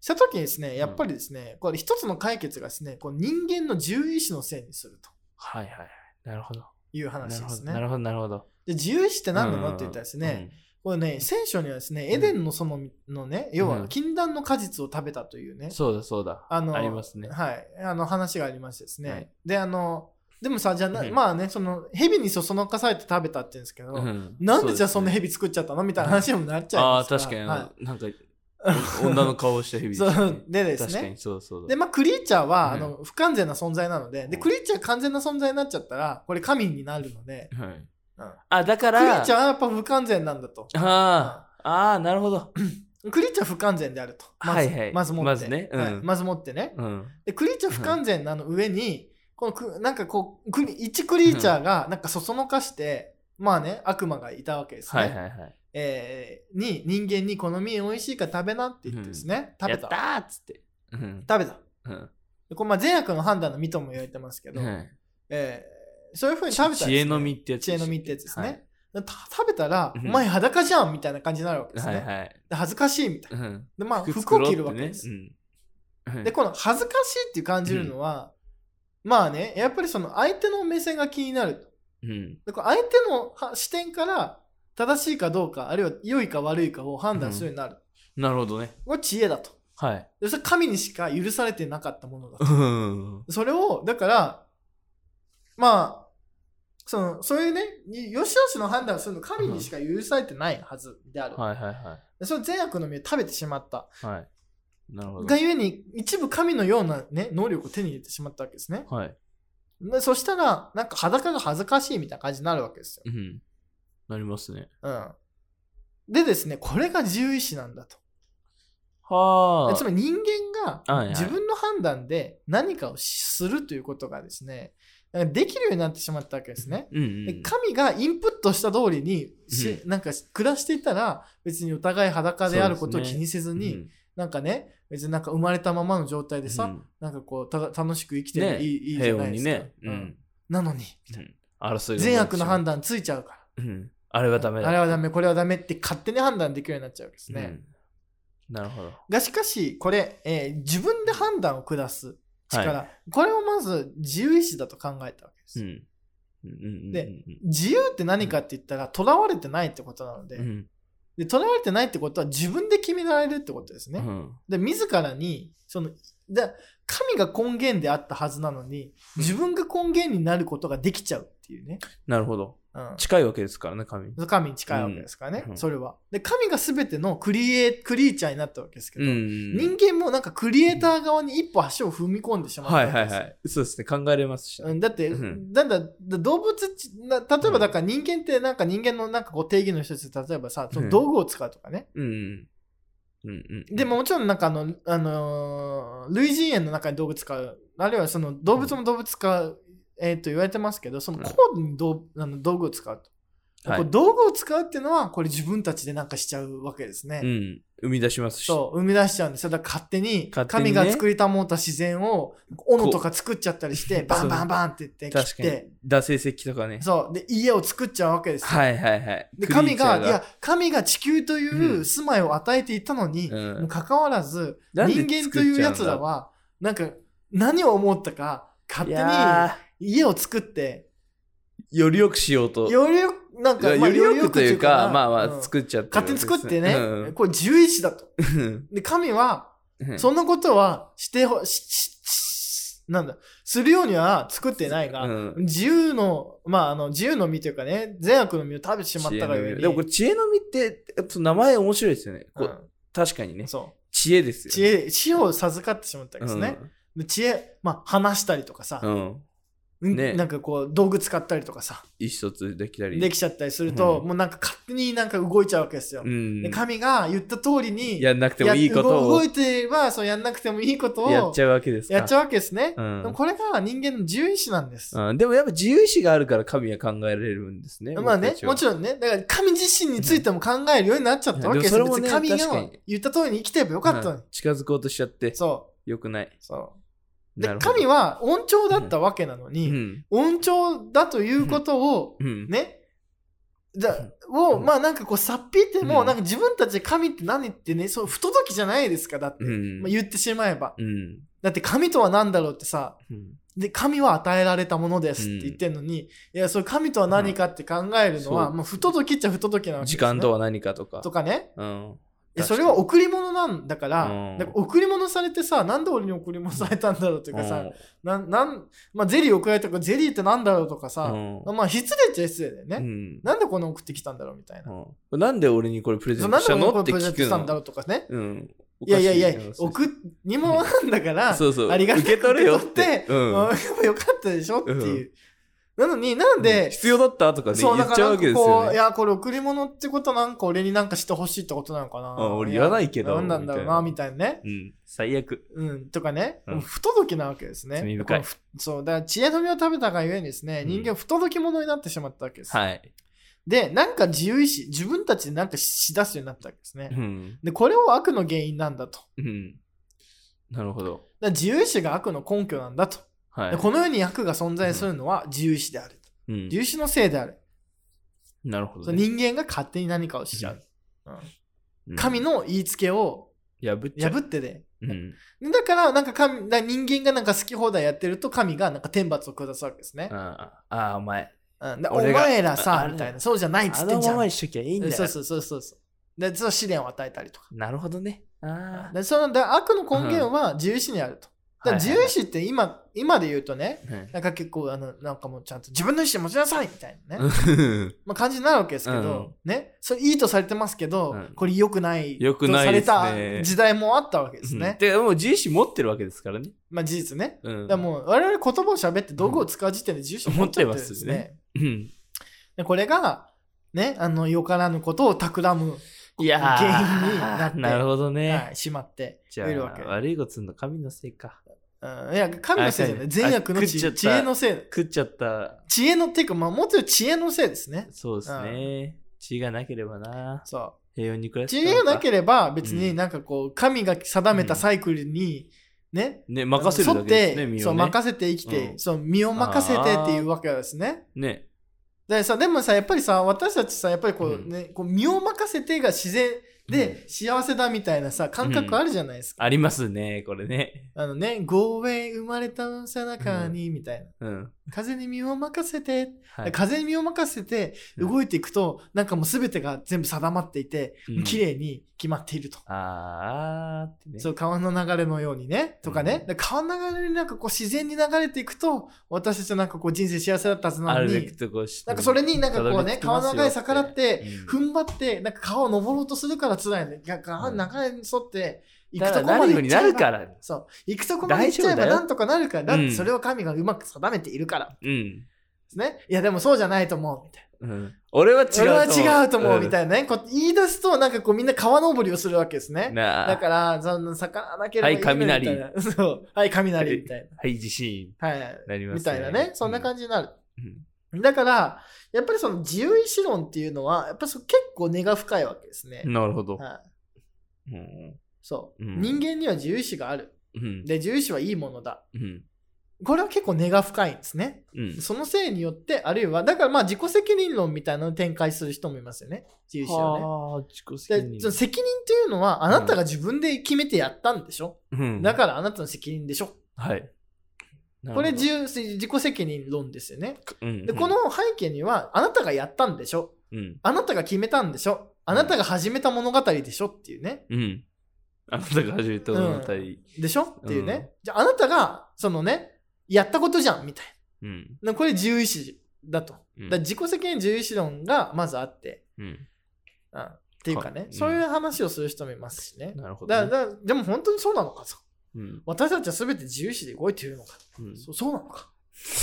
した時にですね、やっぱりですね、これ一つの解決がですね、こう人間の自由意志のせいにすると
はいはいはい。なるほど。
いう話
なる
で
ほ
す
ど、な
ね。
るほど、なるほど。
で自由意志って何なのって言ったらですね、これね、聖書にはですね、エデンの園のね、要
う
は
ん
禁断の果実を食べたという
う
ね
ん。、そうだ、そうだ。
あの、
ありますね。
はい、あの話がありましてですね。
はい
で、あの、でもさ、じゃあな、
うん
まあね、その、蛇にそそのかされて食べたって言うんですけど、
うん
なんでじゃあそんな
うすね
蛇作っちゃったのみたいな話にもなっちゃい
あ
ま
あ、
すから
確かに、
は
なんか、
い
女の顔をした日々し た
そうでですね
確かにそうそう
で、まあ、クリーチャーは、
うん
あの不完全な存在なのででクリーチャー完全な存在になっちゃったらこれ神になるので
はい
うん
あだか
クリ
ら
ーチャーはやっぱ不完全なんだと
あーあーなるほど
クリーチャー不完全であるとまず,、
はいはい
まず持って
まずねうん
はいまず持ってね
うん
でクリーチャー不完全なの上にこのくなんかこうクリ1クリーチャーがなんかそそのかして、まあね悪魔がいたわけですね、
はいはいはい
えーに人間にこの実美味しいから食べなって言ってですね、食
や
べ
った
た
ーっつってうん
食べた
うん
でこれまあ善悪の判断の実とも言われてますけど、
はい
えーそういうふうに食べたんですね
知恵の実ってやつ
知恵
でした
の
っ
実
け
ってやつですね、でた食べたら、
うん
お前裸じゃんみたいな感じになるわけです
は
ね、
いはいはい
で恥ずかしいみたいな
うん
でまあ
服
服を
作ろう
着
って
るわけ
ね
です、
うんはい
でこの恥ずかしいっていう感じるのは、まあねやっぱりその相手の目線が気になると
うん
でこう相手のは視点から正しいかどうかあるいは良いか悪いかを判断するようになる、
なるほどね
これ知恵だと
はい
でそれ神にしか許されてなかったものだと
うん
それをだからまあそのそういうねよしよしの判断をするの神にしか許されてないはずである、
はいはいは
でその善悪の実を食べてしまった
いはいなるほど
がゆえに一部神のような、ね、能力を手に入れてしまったわけですね
はい
でそしたらなんか裸が恥ずかしいみたいな感じになるわけですよ、
うんなりますね
うん、でですねこれが自由意志なんだと
はあ
つまり人間
はいは
が
い
自分の判断で何かをするということがですねなんかできるようになってしまったわけですね
うんう
で
ん
神がインプットした通りにし、
う
なんか暮らしていたら別にお互い裸であることを気にせず
うん
に、なんかね別になんか生まれたままの状態でさ、
うん
なんかこうた楽しく生きて
ね
るいい,、いいじ
平
ゃな
穏
いで
に
すか、
ねう
うん
ん
なのに
うん争いが
善悪の判断ついちゃうから
うんあれはダメだ
あれはダメこれはダメって勝手に判断できるようになっちゃうわけですね、
うんなるほど
がしかしこれ、えー自分で判断を下す力、
は
これをまず自由意志だと考えたわけです、
うんうんうんうん
で
うん
自由って何かって言ったらとらわれてないってことなので、
うん
で囚われてないってことは自分で決められるってことですね。
うん
で自らにそので神が根源であったはずなのに
うん
自分が根源になることができちゃうっていうね、
なるほど
うん
近いわけですからね神
神に近いわけですからね、
うん
それは。で神が全てのクリエクリーチャーになったわけですけど、
人
人間もなんかクリエイター側に一歩足を踏み込んでしまった
は
わ
い
け
は
で
い
すよ
はいそうですね考えれますしね
うんだって、
うん
なんだだ動物ちな例えばだから人間ってなんか人間のなんかこう定義の一つで例えばさその道具を使うとかね、
うんうんうんうん
でももちろんなんかあの、あのー類人猿の中に動物使うあるいはその動物も動物使う、えー、と言われてますけどその
うん
高度に道,、あの道具を使うと、
はい
これ道具を使うっていうのはこれ自分たちでなんかしちゃうわけですね、
うん生み出しますし
そう生み出しちゃうんですよだから勝手に
勝手にね
神が作りたもうた自然を斧とか作っちゃったりしてバンバンバンって言って
確
切
か
っ
に
て
打製石器とかね
そうで家を作っちゃうわけですよ、
はいはいはい
で
クリーチ
神
ャー
がいや神が地球といううん住まいを与えていたのに、
うん
もう関わらず人
なんで
間というやつらはなんか何を思ったか勝
い
手に
や
家を作って
ーより良くしようと
よりよくなん
いや
か、まあ
より良くというかまあま
うん
あ作っちゃって
勝手に作ってね、
うん
これ自由意志だと。
うん
で神は
うん
そんなことはしてほしししなんだするようには作ってないが、
うん
自由のまああの自由の身というかね善悪の身を食べてしまったがゆえに
でもこれ知恵の実ってやっぱ名前面白いですよね、こう確かに
う
ね
ん、そう
知恵ですよ
知恵知恵を授かってしまったわけですね、で知恵、まあ、話したりとかさ、
うん、うん、
うん
ね
なんかこう道具使ったりとかさ
意思疎通できたり
できちゃったりすると、
うん
もうなんか勝手になんか動いちゃうわけですよ、
うん
で神が言った通りに
やんなくてもいいこ
や
と
動
を
動いてはそうやんなくてもいいことを
やっちゃうわけですか
やっちゃうわけですね、
うん
でもこれが人間の自由意志なんです、
うん、でもやっぱ自由意志があるから神は考えられるんですね
まあねもち
ろん
ろんねだから神自身についても考えるようになっちゃったわけですよ、
うんでもそれもね
別に神
確
が
かに
言った通りに生きてればよかったのに、
近づこうとしちゃって
そ
よくないう
そうで
なるほど
神は音調だったわけなの
う
に、
ん
音調だということを、
うん、
ねだ
う
を
ん
まあなんかこうさっぴいても、
うん
なんか自分たちで神って何ってねそう不届きじゃないですかだって、
うん
まあ、言ってしまえば
うん
だって神とは何だろうってさ
うん
で神は与えられたものですって言ってんのに、いやそれ神とは何かって考えるのは、
うんそう
まあ、不届きっちゃ不届きなわけです、ね、
時間とは何かとか
とかね
うん、
えそれは贈り物なんだから、
うん
なんか贈り物されてさ、なんで俺に贈り物されたんだろうというかさ、
うん
なん、なん、まあ、ゼリー送られたから、ゼリーってなんだろうとかさ、
うん
まあ、失礼っちゃ失礼だよね。
うん
なんでこんな送ってきたんだろうみたいな。
うんなんで俺にこれプレゼ
そう
ン
な
ト
ん
し
でこん
た
な
の
こ
っ
と
て
プレゼン
聞
トしたん
く
だ
の
ろうとかね。
うんお
いや
かし
いやいや
よ、そう
送っにもなんだから、
そうそう
ありがたく
受け取れよって
受け取っ、て
うん
あよかったでしょっていう。なのになん
うん
で、
必要だったとかね
そう
言
だ
っ
か
ちゃ
らな
う
ん
わ
か
けです
こ
よ
う、い
ね
や、これ贈り物ってことなんか俺になんかしてほしいってことなのかな。
うん俺言わないけど
なんなんだろうな、み
み
たいなね。
うん最悪
うん、とかね、
うん
不届きなわけですね。
罪深い
このふそう、だから知恵の実を食べたがゆえにですね、
うん
人間は不届き者になってしまったわけです。
はい
で、なんか自由意志、自分たちでなんかしだすようになったわけですね。
うん
で、これを悪の原因なんだと。だか
うんなるほど
ら自由意志が悪の根拠なんだと。
は
で
い
この世に悪が存在するのは自由意志であると。
うん
自由意志のせいである。
なるほ
そ
ど
う
ね
人間が勝手に何かをしちゃう。うん
うん
神の言いつけを
破っちゃう
破ってで。
うん
だから、なんか神、だから人間がなんか好き放題やってると神がなんか天罰を下すわけですね。
あーあーお前
うん、だお
俺が
前ら
ああ
さ、
れ
みたいな。そうじゃないっつ
あ
って
の
んじゃ
ま
ん。
まにしときゃいいんだ
そう
よ
そうそうそうそう。で、その試練を与えたりとか。
なるほどねあ
で、そのだ悪の根源は自由意志にあると。だから自由意志って今、今で言うとね、
志
なんか結構、あの、なんかもうちゃんと自分の意思で持ちなさいみたいなね。まあ、感じになるわけですけど、ね、それいいとされてますけど、
うん
これ良くない
良くない
と
ですね
された時代もあったわけです
うん
ね。
てかもう自意志持ってるわけですからね
まあ事実ね。
うん
だからもう我々言葉を喋って道具を使う時点で住所持っちゃってるんですね。
持ってうん
でこれが、ね、あの、よからぬことを企む、
いやー
原因になって
るほどね、
はいしまってい
じゃ
るわけ
あ。悪いことすんの神のせいか
うん、いや、神のせいじゃな
あ
い。善悪の
食っち
知
ゃった
知恵のせい。
食っちゃった
知恵の、っていうか、まあ、もっと言うと知恵のせいですね。
そうですね血がなければな
そう。
平穏に暮ら
知恵がな
れ
ければ別に
うん
なんかこう神が定めたサイクルにね、
ばね任せるだけですね
沿って
身
そう
をね
任せて生きて、
うん
そう身を任せてっていうわけですね。
ね
でさでもさやっぱりさ私たちさやっぱりこう
うん
ね、こう身を任せてが自然で幸せだみたいなさ感覚あるじゃないですか。
ありますねこれね
あのね「ゴーウェイ生まれた背中に」みたいな。
うん
風に身を任せて、
はい
風に身を任せて
うん
動いていくと、なんかもう全てが全部定まっていて、
うん
綺麗に決まっていると。
あーあーってね
そう、川の流れのようにね、とかね。
うん
で川の流れになんかこう自然に流れていくと、私たちはなんかこう人生幸せだったはずな
あ
の
るべく
に、
とこうし
なんかそれになんかこうね、川
たどり着きますよ
の流れ逆らって、
うん
踏ん張って、なんか川を登ろうとするから辛いね。なんか川の流れに沿って、行く
だか
と
ら
こ
な
ま
る
で
よ
行
うに
っちゃ
な
え
るか
ば。
ら
そう、行くとこまで行っちゃえば
大丈夫だよ
なんとかなるから、だっ
う
て
ん
それを神がうまく定めているから。
うん
ですね。いや、でもそうじゃないと思う。みたいな
うん俺は違うと
俺
思う
は違うと思う、み
い
たいなね。こう言い出すと、なんかこうみんな川登りをするわけですね。
な
だから、その逆らわなければいいのにみたいな。
は
そう。はい、雷みたい
はい自信
な。はい。
なります
みたいなね。そんな
じ
感じになる。だから、やっぱりその自由意志論っていうのは、やっぱりそう結構根が深いわけですね。
なるほど
はい。
うん
そう。
うん
人間には自由意志がある。
うん
で、自由意志はいいものだ。
うん
これは結構根が深いんですね。
うん
そのせいによって、あるいは、だからまあ自己責任論みたいなのを展開する人もいますよね。自由意志をね。
はあ自己責
で
任
その責任っていうのは、あなたが自分で決めてやったんでしょ、
うん
だからあなたの責任でしょ
はい
これ
なるほど
自由自己責任論ですよね。
うん
で、この背景には、あなたがやったんでしょ
うん
あなたが決めたんでしょあなたが始めた物語でしょっていうね。
うんあなたが始めた物語
でしょっていうね。
うん
じゃあ、あなたが、そのね、やったことじゃんみたい
うん
な。これ自由意志だと。
うん
だから自己責任自由意志論がまずあって、
うん
うん、っていうかね、
はいうん
そういう話をする人もいますしね。
なるほど
だ
ね
だでも本当にそうなのかと。
うん
私たちは全て自由意志で動いているのか。
うん
そそうなのか。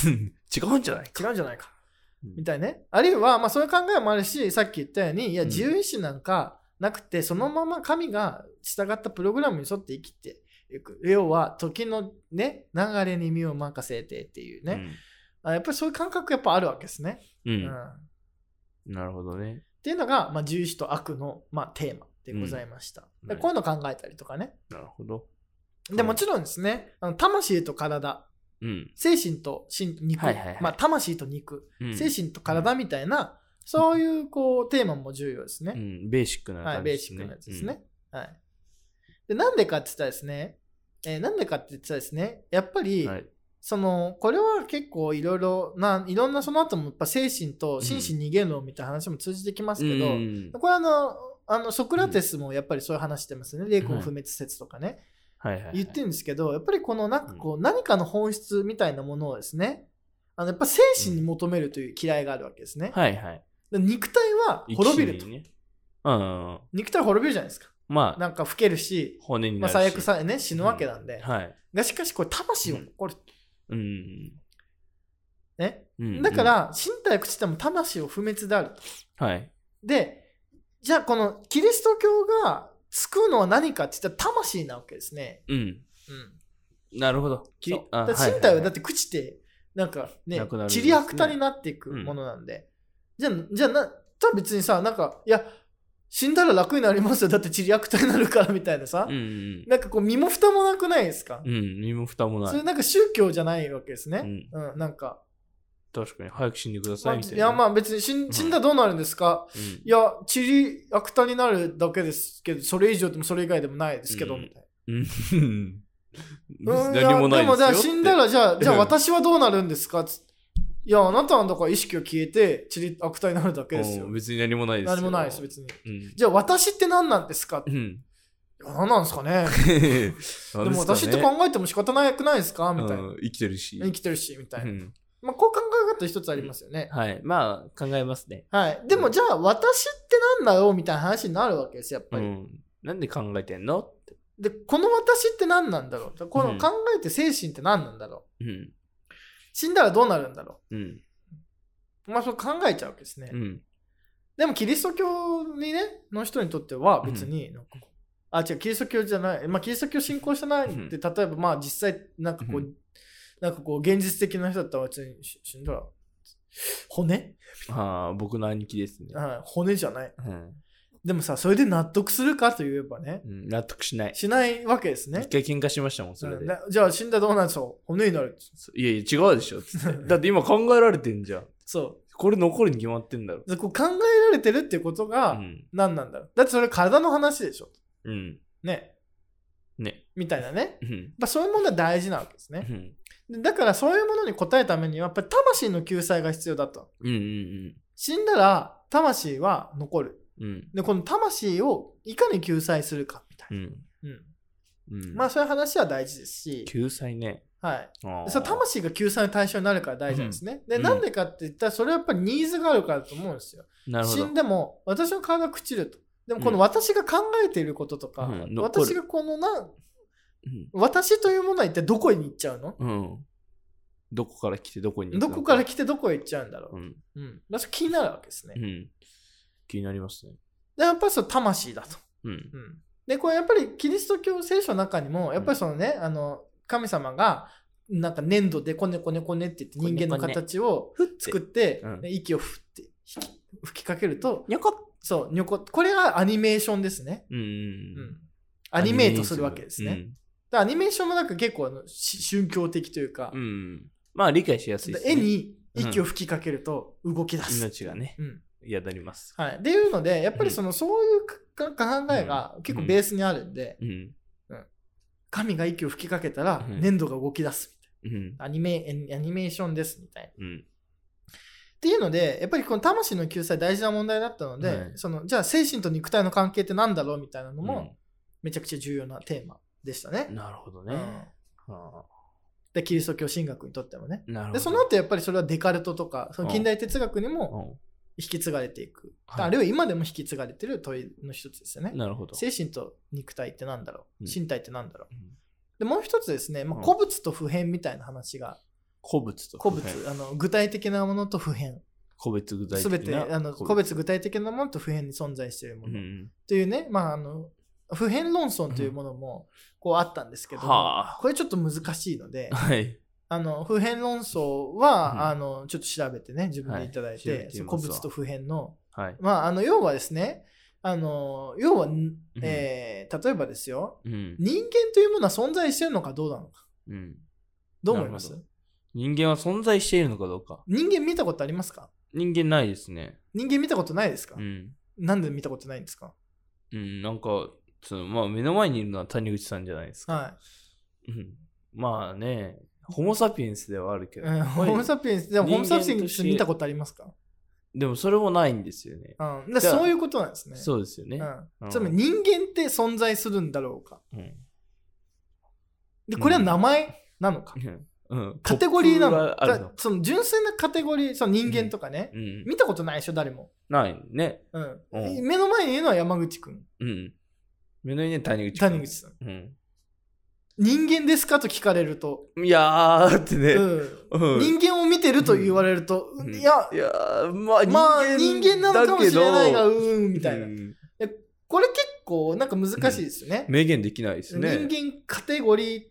違うんじゃない
違うんじゃないか。み
み
たいね。あるいは、まあそういう考えもあるし、さっき言ったように、いや、
うん
自由意志なんかなくて、そのまま神が従ったプログラムに沿って生きていく。要は、時のね、流れに身を任せてっていうね。あやっぱりそういう感覚やっぱあるわけですね。
うんう
うん。
ん
っ
なるほどね
ていうのが、まあ自由意志と悪の、まあテーマでございました。
うん
でこういうの考えたりとかね。
なるほど
で、もちろんですね、あの魂と体、
うん
精神と身肉、
はいはいはい
まあ魂と肉、
うん
精神と体みたいな、そういうこうテーマも重要ですね。
うんベーシックな
はい、
感じ
ベー
で
シ
す
ッ
ね
クなやつですね。はい。で、なんでかって言ったらですね、えーなんでかって言ったらですね、やっぱ
う
り、
んはい
その、これは結構いろいろな、いろんなその後もやっぱ精神と心身二元論みたいな話も通じてきますけど、
うん
これあの、あのソクラテスもやっぱりそういう話してますね霊魂不滅説とかね、
はいはいはい。
言ってるんですけどやっぱりこのなんかこう何かの本質みたいなものをですねあのやっぱ精神に求めるという嫌いがあるわけですね、
はいはい。
で肉体は滅びる
一
と
時にね。うんうんうん。
肉体は滅びるじゃないですか
まあ、
なんか老けるし、
骨に
ま
な
あ、
るし。
最悪さえね死ぬわけなんで、
はい。
がしかしこれ魂は残ると、
うんうん
ね
うん。うんうん
だか、ら身体を朽ちても魂を不滅であると
はい。
でじゃあこのキリスト教が救うのは何かって言ったら魂なわけですね、
うん。
うん、
なるほど。き
そう
あ
だから身体はだって朽ちてなんかね
なくなるんです
塵
ね
りあくたになっていくものなんで、じゃあじゃあなただ別にさなんかいや死んだら楽になりますよだって塵りあくたになるからみたいなさ、
はいはいうん
なんかこう身も蓋もなくないですか、
うん。うん。身も蓋も
そ
な
れ
い。
なんか宗教じゃないわけです
う
ね
ん、
うん、なんか、
確かに。早く死んでくだ
ま
さ
あ、
いみたい
い
な。
やま
あ、
あ別に死ん死んだらどうなるんですか、いや塵りあくたになるだけですけどそれ以上でもそれ以外でもないですけど、
うん
みたいな
うん。
うん
何もな
やで
いですよって。
もじゃあ死んだらじゃ あじゃあ
うん
私はどうなるんですかついやあなたはだから意識が消えて塵り悪態になるだけですよ
うん別に何もないですよ。
何もないです別に
うん。
じゃあ私って何なんですかい
うん。
や何 なんですかね
で
でも私って考えても仕方なくないですかみたいな、
生きてるし。
生きてるしみたいな、
うん
まあこう考え方一つありますよね、
はい。まあ、考えますね。
はいでもじゃあ私って何だろうみたいな話になるわけですやっぱ
う
り、
ん。なんで考えてんのって。
でこの私って何なんだろうだからこ
う
の
ん
考えて精神って何なんだろう、
うん。
死んだらどうなるんだろ
うん。
うまあそう考えちゃうわけですね、
うん。
でもキリスト教にねの人にとっては別になんかこう、あ違うキリスト教じゃない、まあ、キリスト教信仰してないって、例えばまあ実際なんかこう、
うん
なんかこう現実的な人だったら別にし死んだら骨、
ああ、僕の兄貴ですね。
はい、骨じゃない
うん。
でもさそれで納得するかといえばね
うん納得しない。
しないわけですね
一回喧嘩しましたもん、それ
うん
で。
なじゃあ死んだらどうなるんでしょう骨になる
いやいや、違うでしょ。つ ってだって今考えられてんじゃん。
そ
これ残るに決まってんだろ。
うでこう考えられてるっていうこと
う
が
ん。
何なんだろうだってそれ体の話でしょ
うん。
ね
ね。
みたいなね
うん。
やっぱそういうものは大事なわけですね、
うん。
でだからそういうものに応えるためにはやっぱり魂の救済が必要だと
うんうん
死んだら魂は残る
うん。うん。
でこの魂をいかに救済するかみたい
うん。
な、うん
うん。
まあそういう話は大事ですし、
救済ね。
はい、
あ
で
あ
その魂が救済の対象になるから大事なんですね、で
うん
なんでかって言ったらそれはやっぱりニーズがあるからだと思うんですよ
なるほ
死
ど
ん。でも私の体が朽ちるとでもこ
う
の
ん
私が考えていることとか、
うん残る
私がこのな
うん
私というものは一体どこに行っちゃうの
うん。どこから来てどこに行く
ど
の
こから来てどこへ行っちゃうんだろ
うん。
う、うん、私気になるわけですね、
うん。気になりますね。
でやっぱりその魂だと。
うん。
うんでこれやっぱりキリスト教聖書の中にもやっぱりそのね、あの神様がなんか粘土でこねこねこねって言って人間の
こねこね
形を作って
うん
で息をふって引き吹きかけると
にょこ
そうにょここれがアニメーションですね、
うんうん
う
うんん。、
アニメートするわけですね、
うん
でアニメーションもなんか結構あのし宗教的というか、
うん。まあ理解しやすい
で
ですね。
絵に息を吹きかけると動き出す、
命がね、
うん
やだります。
はい、っていうのでやっぱりそのそういうか考えが結構ベースにあるんで、
うん。
神が息を吹きかけたら
うん
粘土が動き出すみたい
うん。
な、アニメアニメーションですみたいな。っ
うん。
ていうのでやっぱりこの魂の救済大事な問題だったので、
はい
そのじゃあ精神と肉体の関係って何だろうみたいなの
う
も
ん
めちゃくちゃ重要なテーマでしたね。
なるほど
うん
ね。あ
でキリスト教神学にとってもね。
あなるほど。
でその後やっぱりそれはデカルトとかその近代哲学にも引き継がれていく、
はい
あるいは今でも引き継がれてる問いの一つですよね
うん。。なるほど。
精神と肉体って何だろう
うん
身体って何だろう
うん
でもう一つですね、まあ、
うん
古物と普遍みたいな話が
古物と。
個物、
はい
あの具体的なものと普遍
個別具体
すべ
的
て
な。
あの個。別具体的なものと普遍に存在しているも
うんう
の、
ん。
というね、まあ、あの普遍論争というものもこうあったんですけども、
はあ
これちょっと難しいので
はい。
あの普遍論争
う
は
ん
あのちょっと調べてね自分でいただいて、
はい調べて
古
みますわ
物と普遍の,、
はい。
まあ、あの要はですねあの要は、
ん
えー例えばですよ
うん。
人間というものは存在してるのかどうなのか
うん。
どう思います
なる人間は存在しているのかどうか。
人間見たことありますか
人間ないですね。
人間見たことないですか、
うん。
なんで見たことないんですか
うん、なんか、そのまあ、目の前にいるのは谷口さんじゃないですか。
は
うん、まあね、ホモ・サピエンスではあるけ
い。
ど、
うんホモ・サピエンス、でも
人間
ホモ・サピエン
と
ス
して
見たことありますか
でもそれもないんですよね。
うん、で
じゃあ
そういうことなんですね。
そうですよね。
う、
うんん
つまり人間って存在するんだろうか。
うん。
で、これは名前なのか。
うん。
カテゴリーな
ポ
の
ップがあ
だ
る
から
の。
その純粋なカテゴリー、その人間とかね、
うん。
見たことないでしょ、誰も。
ないね。
うん
うん
目の前にいるのは山口くん、
うん。目の前に谷口君。
谷口さん。
うん。
人間ですかと聞かれると、
いやーってね。
うん
うん
人間を見てると言われると、
うん
いや
い、やーまあ人間
まあ人間なのかもしれないが、うーん、み
み
たいな。これ結構なんか難しいですよね。
明言できないですね。
人間カテゴリー、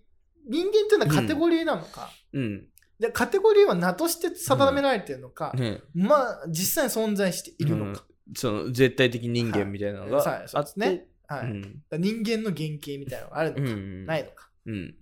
人間っていうのはカテゴリーなのか。
うん。
でカテゴリーは名として定められてるのか、
ね。
まあ実際に存在しているのか、
うんその絶対的人間みたいなの
はいは
が
いそ
あ
うで
っ
すね
て。
はいだか
ん。
ら人間の原型みたいなのがあるのか、
うん
ないのか
うん。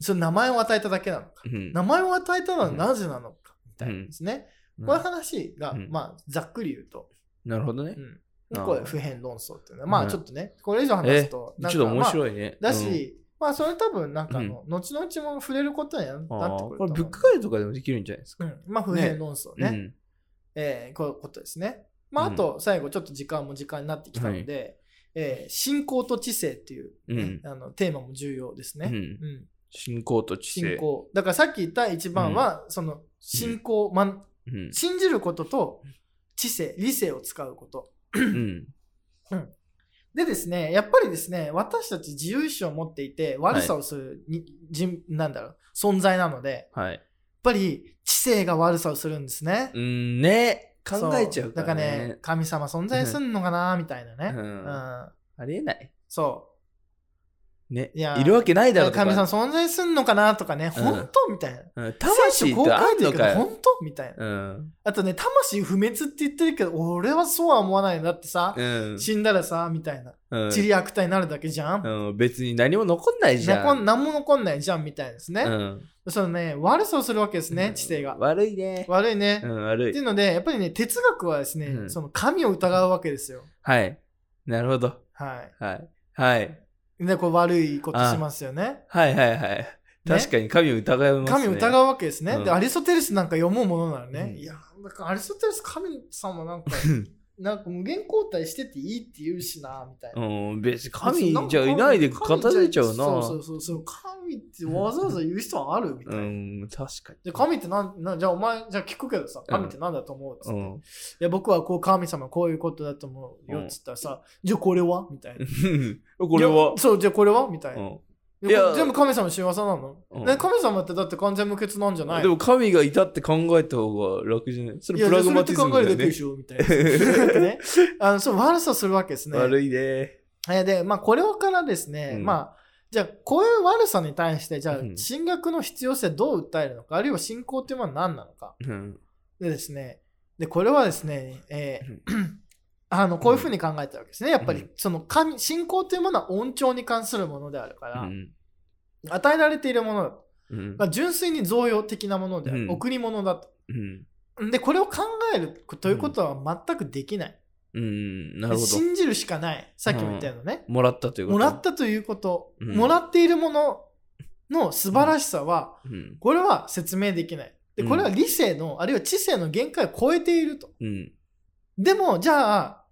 その名前を与えただけなのか、
うん
名前を与えたのはなぜなのかみたいなんですね、こういう話が、
うん
まあざっくり言うと、
なるほどね
う。ん
あー
これ普遍論争っていうのはまあ
うん
ちょっとねこれ以上話す
え、ち
と
ょ
なん
っ
か
と面
まあ
白いね。
だ
うん、
し、まあそれ多分なんかあの、後々も触れることにはなってくる
あ
と
ー
思う
これ
んで
ブックガイドとかでもできるんじゃないですか。
うん、まあ普遍論争ね
うん
えーこういうことですね。まあ、あ
うん
と最後ちょっと時間も時間になってきたので、えー信仰と知性っていうね、あのテーマも重要ですね。
うん
うん
信仰と知性。
信仰だからさっき言った一番は、その信仰、まん、
うん。
信じることと知性理性を使うこと
うん。
でですねやっぱりですね私たち自由意志を持っていて悪さをするに、人なんだろう存在なのでやっ
はい。
ぱり知性が悪さをするんですね
う。ん、ね。考えちゃう
そだか
か
ら
ら
ね
ね。
神様存在すんのかなみたいなね、
うん
うん
ありえない。
そ
ね。
いやー
いるわけないだろ
う。
うとか
神様存在すんのかなとかね、
うん
本当みたいな。
うん魂ってあん
て
の
るけど
か、よ。
本当みたいな。
うん。
あとね、魂不滅って言ってるけど、俺はそうは思わないんだってさ
う、ん。
死んだらさ、みたいな。
うん
塵悪態になるだけじゃん。
うん別に何も残んないじゃん。
残ん何も残んないじゃんみたいなですね。
うん
そのね、悪さをするわけですね、知性が。
悪いね。
悪いね
う。ん、悪
ってい
い。
うので、やっぱりね、哲学はです
う
ね、
ん
その神を疑うわけですよ。
はい。なるほど。
は
はい。はい。
い。で、こう悪いことしますよね。
はいはいはい。確かに神を疑いますね。
神を疑うわけですね。
うん
で、アリストテレスなんか読むものならね、
うん
いや、なんかアリストテレス神様 なんか、なんか無限交代してていいって言うしな、みたいな。
うん、別に神じゃいないで片付いちゃうな。
そうそうそうそう、神ってわざわざ言う人はあるみたいな。
うん、確か
で神ってなんなんじゃあお前じゃあ聞くけどさ神ってなんだと思うっつって、
に。う
い
ん。
や僕はこう神様こういうことだと思うよっつったらさ、じゃあこれはみたいな
これは
じゃあ。そうじゃあこれはみたいな、
んいや
全部神様の仕業なの、
うん
ね神様ってだって完全無欠なんじゃな
う
い
ん、でも神がいたって考えた方が楽じゃないそ
い
れ
や
プラ
そ
グ
れっ
マ
て
ティズ
考
ム
え
だ
るだけで
よね。
しょみたいな。なん かねあのそう悪さするわけですね。
悪いね。
えーで、まあ、これからですね、
うん
まあ、じゃあ、こういう悪さに対して、じゃあ
う、ん
進学の必要性どう訴えるのか、あるいは信仰っていうものは何なのか。
うん。
でですね、で、これはですね、えー あのこういうふうに考えたわけですね。やっぱ
う
り、その神、信仰というものは恩寵に関するものであるか
う
ら、
ん。
与えられているものだと。
うん
まあ、純粋に贈与的なものである、
うん
贈り物だと。
うん。
で、これを考えるということは全くできない。
うん。なるほど。
信じるしかないさっきも言ったようなね、
もらったということ
もらったということ、
うん
もらっているものの素晴らしさは、
うん。
これは説明できないで
うん
これは理性の、あるいは知性の限界を超えていると
うん。
でもじゃあ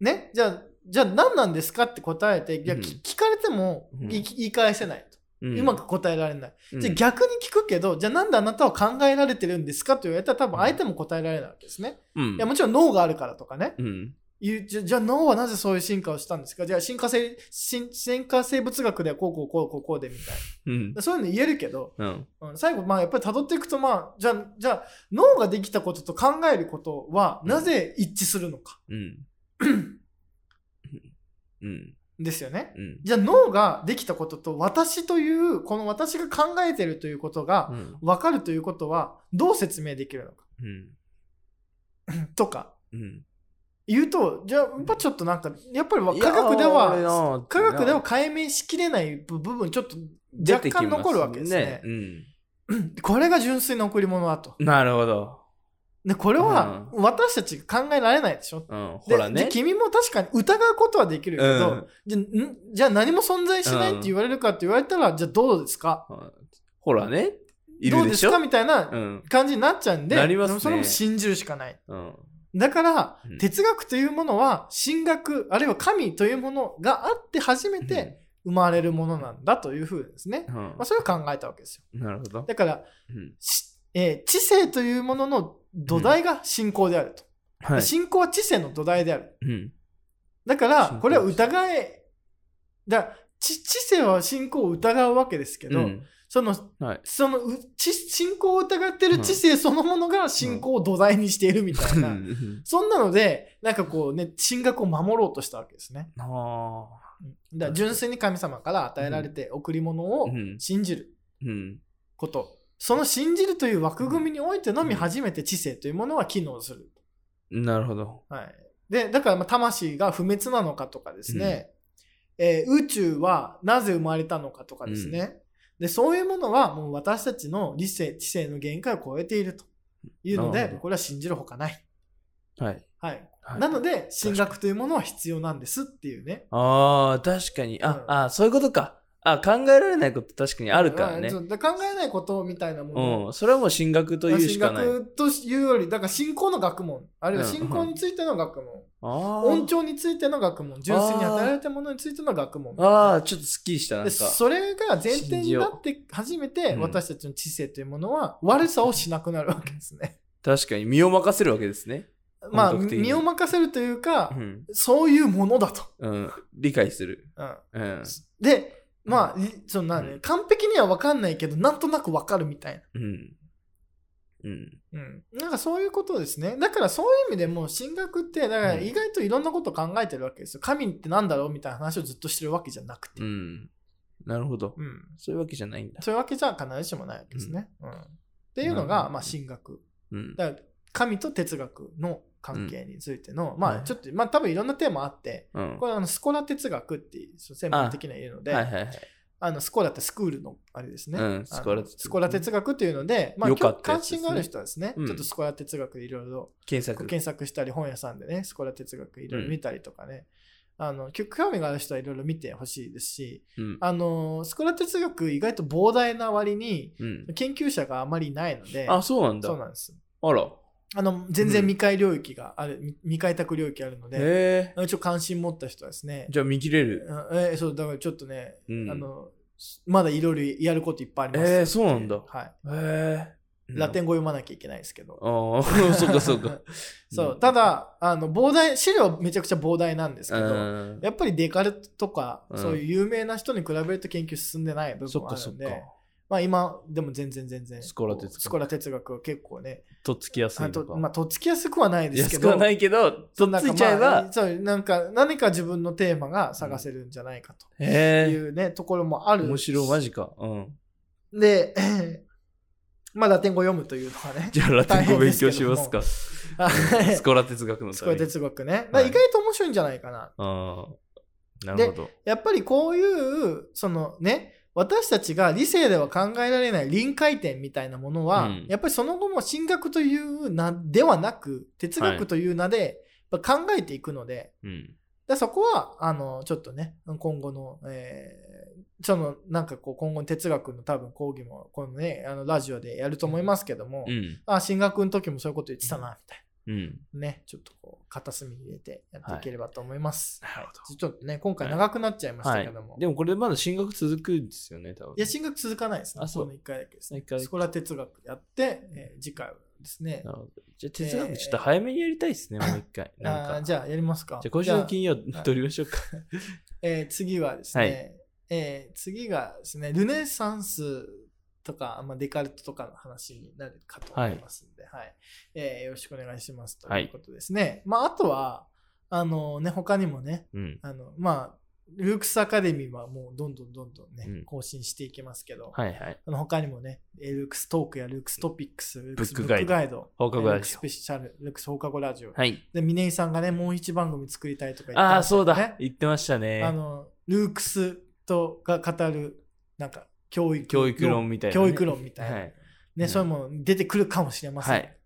ねじゃあじゃあ何なんですかって答えていや、
うん
き聞かれても
うん
言い言い返せないと、
う
うんまく答えられない、
うん
じゃあ逆に聞くけどじゃあなんであなたは考えられてるんですかと言われたら多分相手も答えられないわけですね、
うん
いやもちろん脳があるからとかね、
うん。
いうじゃじゃあ脳はなぜそういう進化をしたんですかじゃあ進化生進進化生物学ではこうこうこうこうこうでみたい
うん
な。そういうの言えるけど、
うん。
うん、最後まあやっぱり辿っていくとまあじゃあじゃあ脳ができたことと考えることは
うん
なぜ一致するのか
うん。うん。
ですよね。
うん。
じゃあ脳ができたことと私というこの私が考えてるということが
うん。
分かるということはどう説明できるのか
うん。
とか
うん。
言うとじゃあやっぱちょっとなんかやっぱり
いや
科
ー
学で
あれな
は
ーって
科
な
学では解明しきれない部部分ちょっと
出
若
てきます
干残るわけですね
うん
これが純粋な贈り物だと
なるほど。
でこれは私たちが考えられないでしょ、
うん。ほ
でじ
ら
ゃ
ね
あ。君も確かに疑うことはできるけど、
うん
じゃんじゃあ何も存在しないって言われるかって言われたら、じゃあどうですか
うんほらね。い
ど
る
う
で
で
し
す
ょ
かみたいな
うん。
感じになっちゃうんで
なりますね
でもそれも信じるしかない
うん。
だから、
うん
哲学というものは神学あるいは神というものがあって初めて生まれるものなんだというふうですね、
うん
まあ、それを考えたわけですよ
なるほど。
だから、
うん
しえー知性というものの土台が信仰であると、
はい。
信仰は知性の土台である
うん。
だか
信
ら
仰
これは疑えだ知知性は信仰を疑うわけですけど、
うん
その
はい。
そのう知信仰を疑ってる知性そのものが信仰を土台にしているみたいな、そんなので、なんかこうね、神学を守ろうとしたわけですね。
あ
うんだから純粋に神様から与えられて贈り物
あ。
を
うん。
信じる
うん。
こと。その信じるという枠組みにおいてのみ初めて知性というものは機能する。
なるほど。
はい。で、だからまあ魂が不滅なのかとかですね、えー宇宙はなぜ生まれたのかとかですね。で、そういうものはもう私たちの理性、知性の限界を超えているというの
な
で
るほ、ど
これは信じるほかない。
はい。
はい。
はい
なので、進学というものは必要なんですっていうね。
ああ、確かに。あ、
うん
あそういうことか。あ考えられないこと確かにあるからね
う。んそう考えないことみたいなもの。
うん。それはもう進学というし
進
かない。
学というより、だから信仰の学問、あるいは
うん
信仰についての学問、
ああ。
音調についての学問、純粋に与えられたものについての学問。
ああ、ちょっとスッキリした、なん
で
か。
それが前提になって初めて
うん
私たちの知性というものは悪さをしなくなるわけですね。
確かに身を任せるわけですね。
まあ
本格的に
身を任せるというか、
うん。
そういうものだと。
うん。理解する。
うん
うん。
でまあ、いそのなんで
う
完璧には分かんないけどなんとなく分かるみたいな。
うん。うん。
うん、なんかそういうことですね。だからそういう意味でもう神学って、だから
うん
意外といろんなこと考えてるわけですよ。神ってなんだろうみたいな話をずっとしてるわけじゃなくて。
う
うん。
ん。なるほど。そういうわけじゃないんだ。
そういうわけじゃ必ずしもないわけですね。うんっていうの
なるほ
が、
ど
まあ神学。
うん。
だから神と哲学の関係についての、
は
まあ
い
ちょっと、まあ多分いろんなテーマあって、
うん。
これあのスコラ哲学っていうその専門的な言うので、あ,、
はいはいはい。
のスコラってスクールのあれですね。
うん、
あの
スコラ
スコラ哲学っていうので、まあ、
よかっ
関
たやつですね
心がある人はですね、
うん
ちょっとスコラ哲学でいろいろ
検索。
検索したり本屋さんでねスコラ哲学いろいろ見たりとかね、あの興興味がある人はいろいろ見てほしいですし
うん。
あのスコラ哲学意外と膨大な割に
うん。
研究者があまりいないので
あ、そうなんだ
そう。なんです
あら。
あの全然
うん
未開領域がある、未未開拓領域あるので
へえ
あ。のちょっと関心持った人はですね
じゃあ見切れる。
うんえーそうだからちょっとね、
うん
あのまだいろいろやることいっぱいあります、
えーそうなんだ
はい、
へえ。
ラテン語読まなきゃいけないですけど、
ああ、 そう かそうか。
そう、
ん
た、だあの膨大資料めちゃくちゃ膨大なんです
う
けど、
ん。
やっぱりデカルトとか、
うん
そういう有名な人に比べると研究進んでない部
そ
分
っ
もあ
かそ
る
っ
ん
か
で。、まあ、今でも全然全然
スコラ哲学
スコラ哲学は結構ね
とっつきやす
あ
い
と
と、
まあ、
か。
とっつきやすくはないですけ
安
ど
くはないけど、とっついちゃえ
なんかま
ば
あ、そうなんか何か自分のテーマが探せるんじゃないかとい
へえ。
うね、ところもある
面白い、マジか。うん。
で まあラテン語読むというのはね
じゃあ、ラテン語
大変で
勉
すけ
強
ど
し
も
ますか。ス
はい
コラ哲学の
す
た
ご
め
い
に。
哲学ね。だから意外と面白いんじゃないかな。
ああ。なるほど。
やっぱりこういう、そのね、私たちが理性では考えられない臨界点みたいなものは、
うん
やっぱりその後も神学という名ではなく、哲学という名でやっぱ考えていくので、
うん。
でそこは、あの、ちょっとね、今後の、えーその、なんかこう、今後の哲学の多分講義も、このね、あの、ラジオでやると思いますけども、
うん。
あ、進学の時もそういうこと言ってたな、みたい
うん。
な。ね、ちょっとこう、片隅に入れてやっていければと思います。
なるほど。
ちょっとね、今回長くなっちゃいました
は
け
い
ども。。
でもこれまだ進学続くんですよね、多分。
いや、進学続かないですね。
あそう
この1回だけです
一
ね。
回
スコラ哲学やって、えー次回はですね
な。るほど。じゃあ、哲学ちょっと早めにやりたいですね、もう一回。なん
あー
か。じゃ
じゃあ、やりますか。
あ、今週の
じゃ
金曜、取りましょうか。
あえー次はですね、
はい
えー次がですね、ルネサンスとか、まあ、デカルトとかの話になるかと思いますんで、はいえーよろしくお願いしますと
はいいう
ことですね。まあ、あとは、あのね、他にもね、
うん。
あの、まあ、ルークスアカデミーはもうどんどんどんどんね、
うん
更新していきますけど、
はいはい。
あの他にもね、えールークストークやルークストピックス、ルークス
ブ
ブ
ックガ
ッ
イド
クガイド、
放課後
ル
ラ
ークス
ジ
スペシャル、ルークス放課後ラジオ。
オ。はい。
で、峰井さんがね、もう一番組作りたいとか言って
ああ、
ました
そ
よ
う
ね
だ。言ってましたね。
あの、ルークスとが語る、なんか、教育
教育論みたいなね。
教育論みたいな。
はい。
ね、そういうもの出てくるかもしれません。
はい。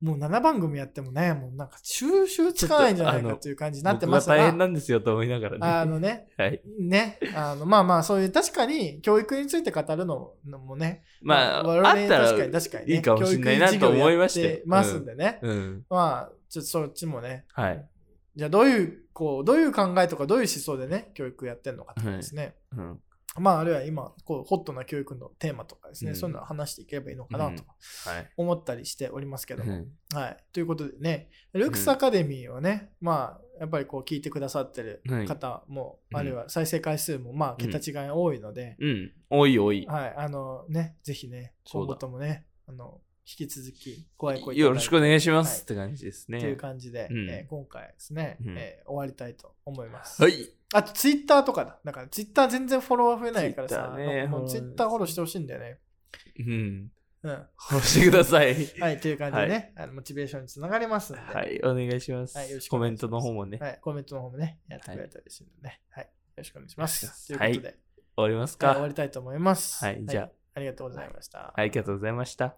もう7番組やってもね、もうなんか収集つかないんじゃないかという感じになって
僕
ま
は
すが、
大変なんですよと思いながらね。
あのね、
はい。
ね、あの、まあまあ、そういう、確かに教育について語るのもね、
まあ、
我々
あったら、
確かに確かに、ね、
いいかもしれないなと思いまして
教育に授業やってますんでね、
うん。
まあ、ちょっとそっちもね、
はい。
じゃあどういう、こう、どういう考えとか、どういう思想でね、教育やってるのかとかですね、
うん。
まあ、あるいは今、こう、ホットな教育のテーマとかですね、
うん
そういうのを話していければいいのかなとか
はい。
思ったりしておりますけども、
うん
はい。ということでね、ルクスアカデミーはね、まあ、やっぱりこう聞いてくださってる
はい
方も、
うん
あるいは再生回数も、まあ、
うん
桁違い多いので、
うん。多い多い。
はい。あのね、ぜひね、
そ
今
うだ
後ともね、あの、引き続き、ご愛顧いただいて
よろしくお願いします、
はい
って感じですね。
という感じで、
うん
えー今回ですね、
うん
えー終わりたいと思います。
はい。
あと、ツイッターとかだ。だから、ツイッター全然フォロワー増えないからさ、
Twitter ね
もうツイッターフォローしてほしいんだよね。
うん。
うん。
押してください。
はい。という感じでね、あのモチベーションにつながりますんで、
はい。お願いします。
はいよろしくお
コメ
願い
ン
します
トの方もね、
はい、コメントの方もね、やってくれたりするのでね、はい。よろしくお願いします。という
は
こ
い
とで、
終わります
はい
か。
終わりたいと思います。
はいじゃあ
ありがとうございました。
ありがとうございました。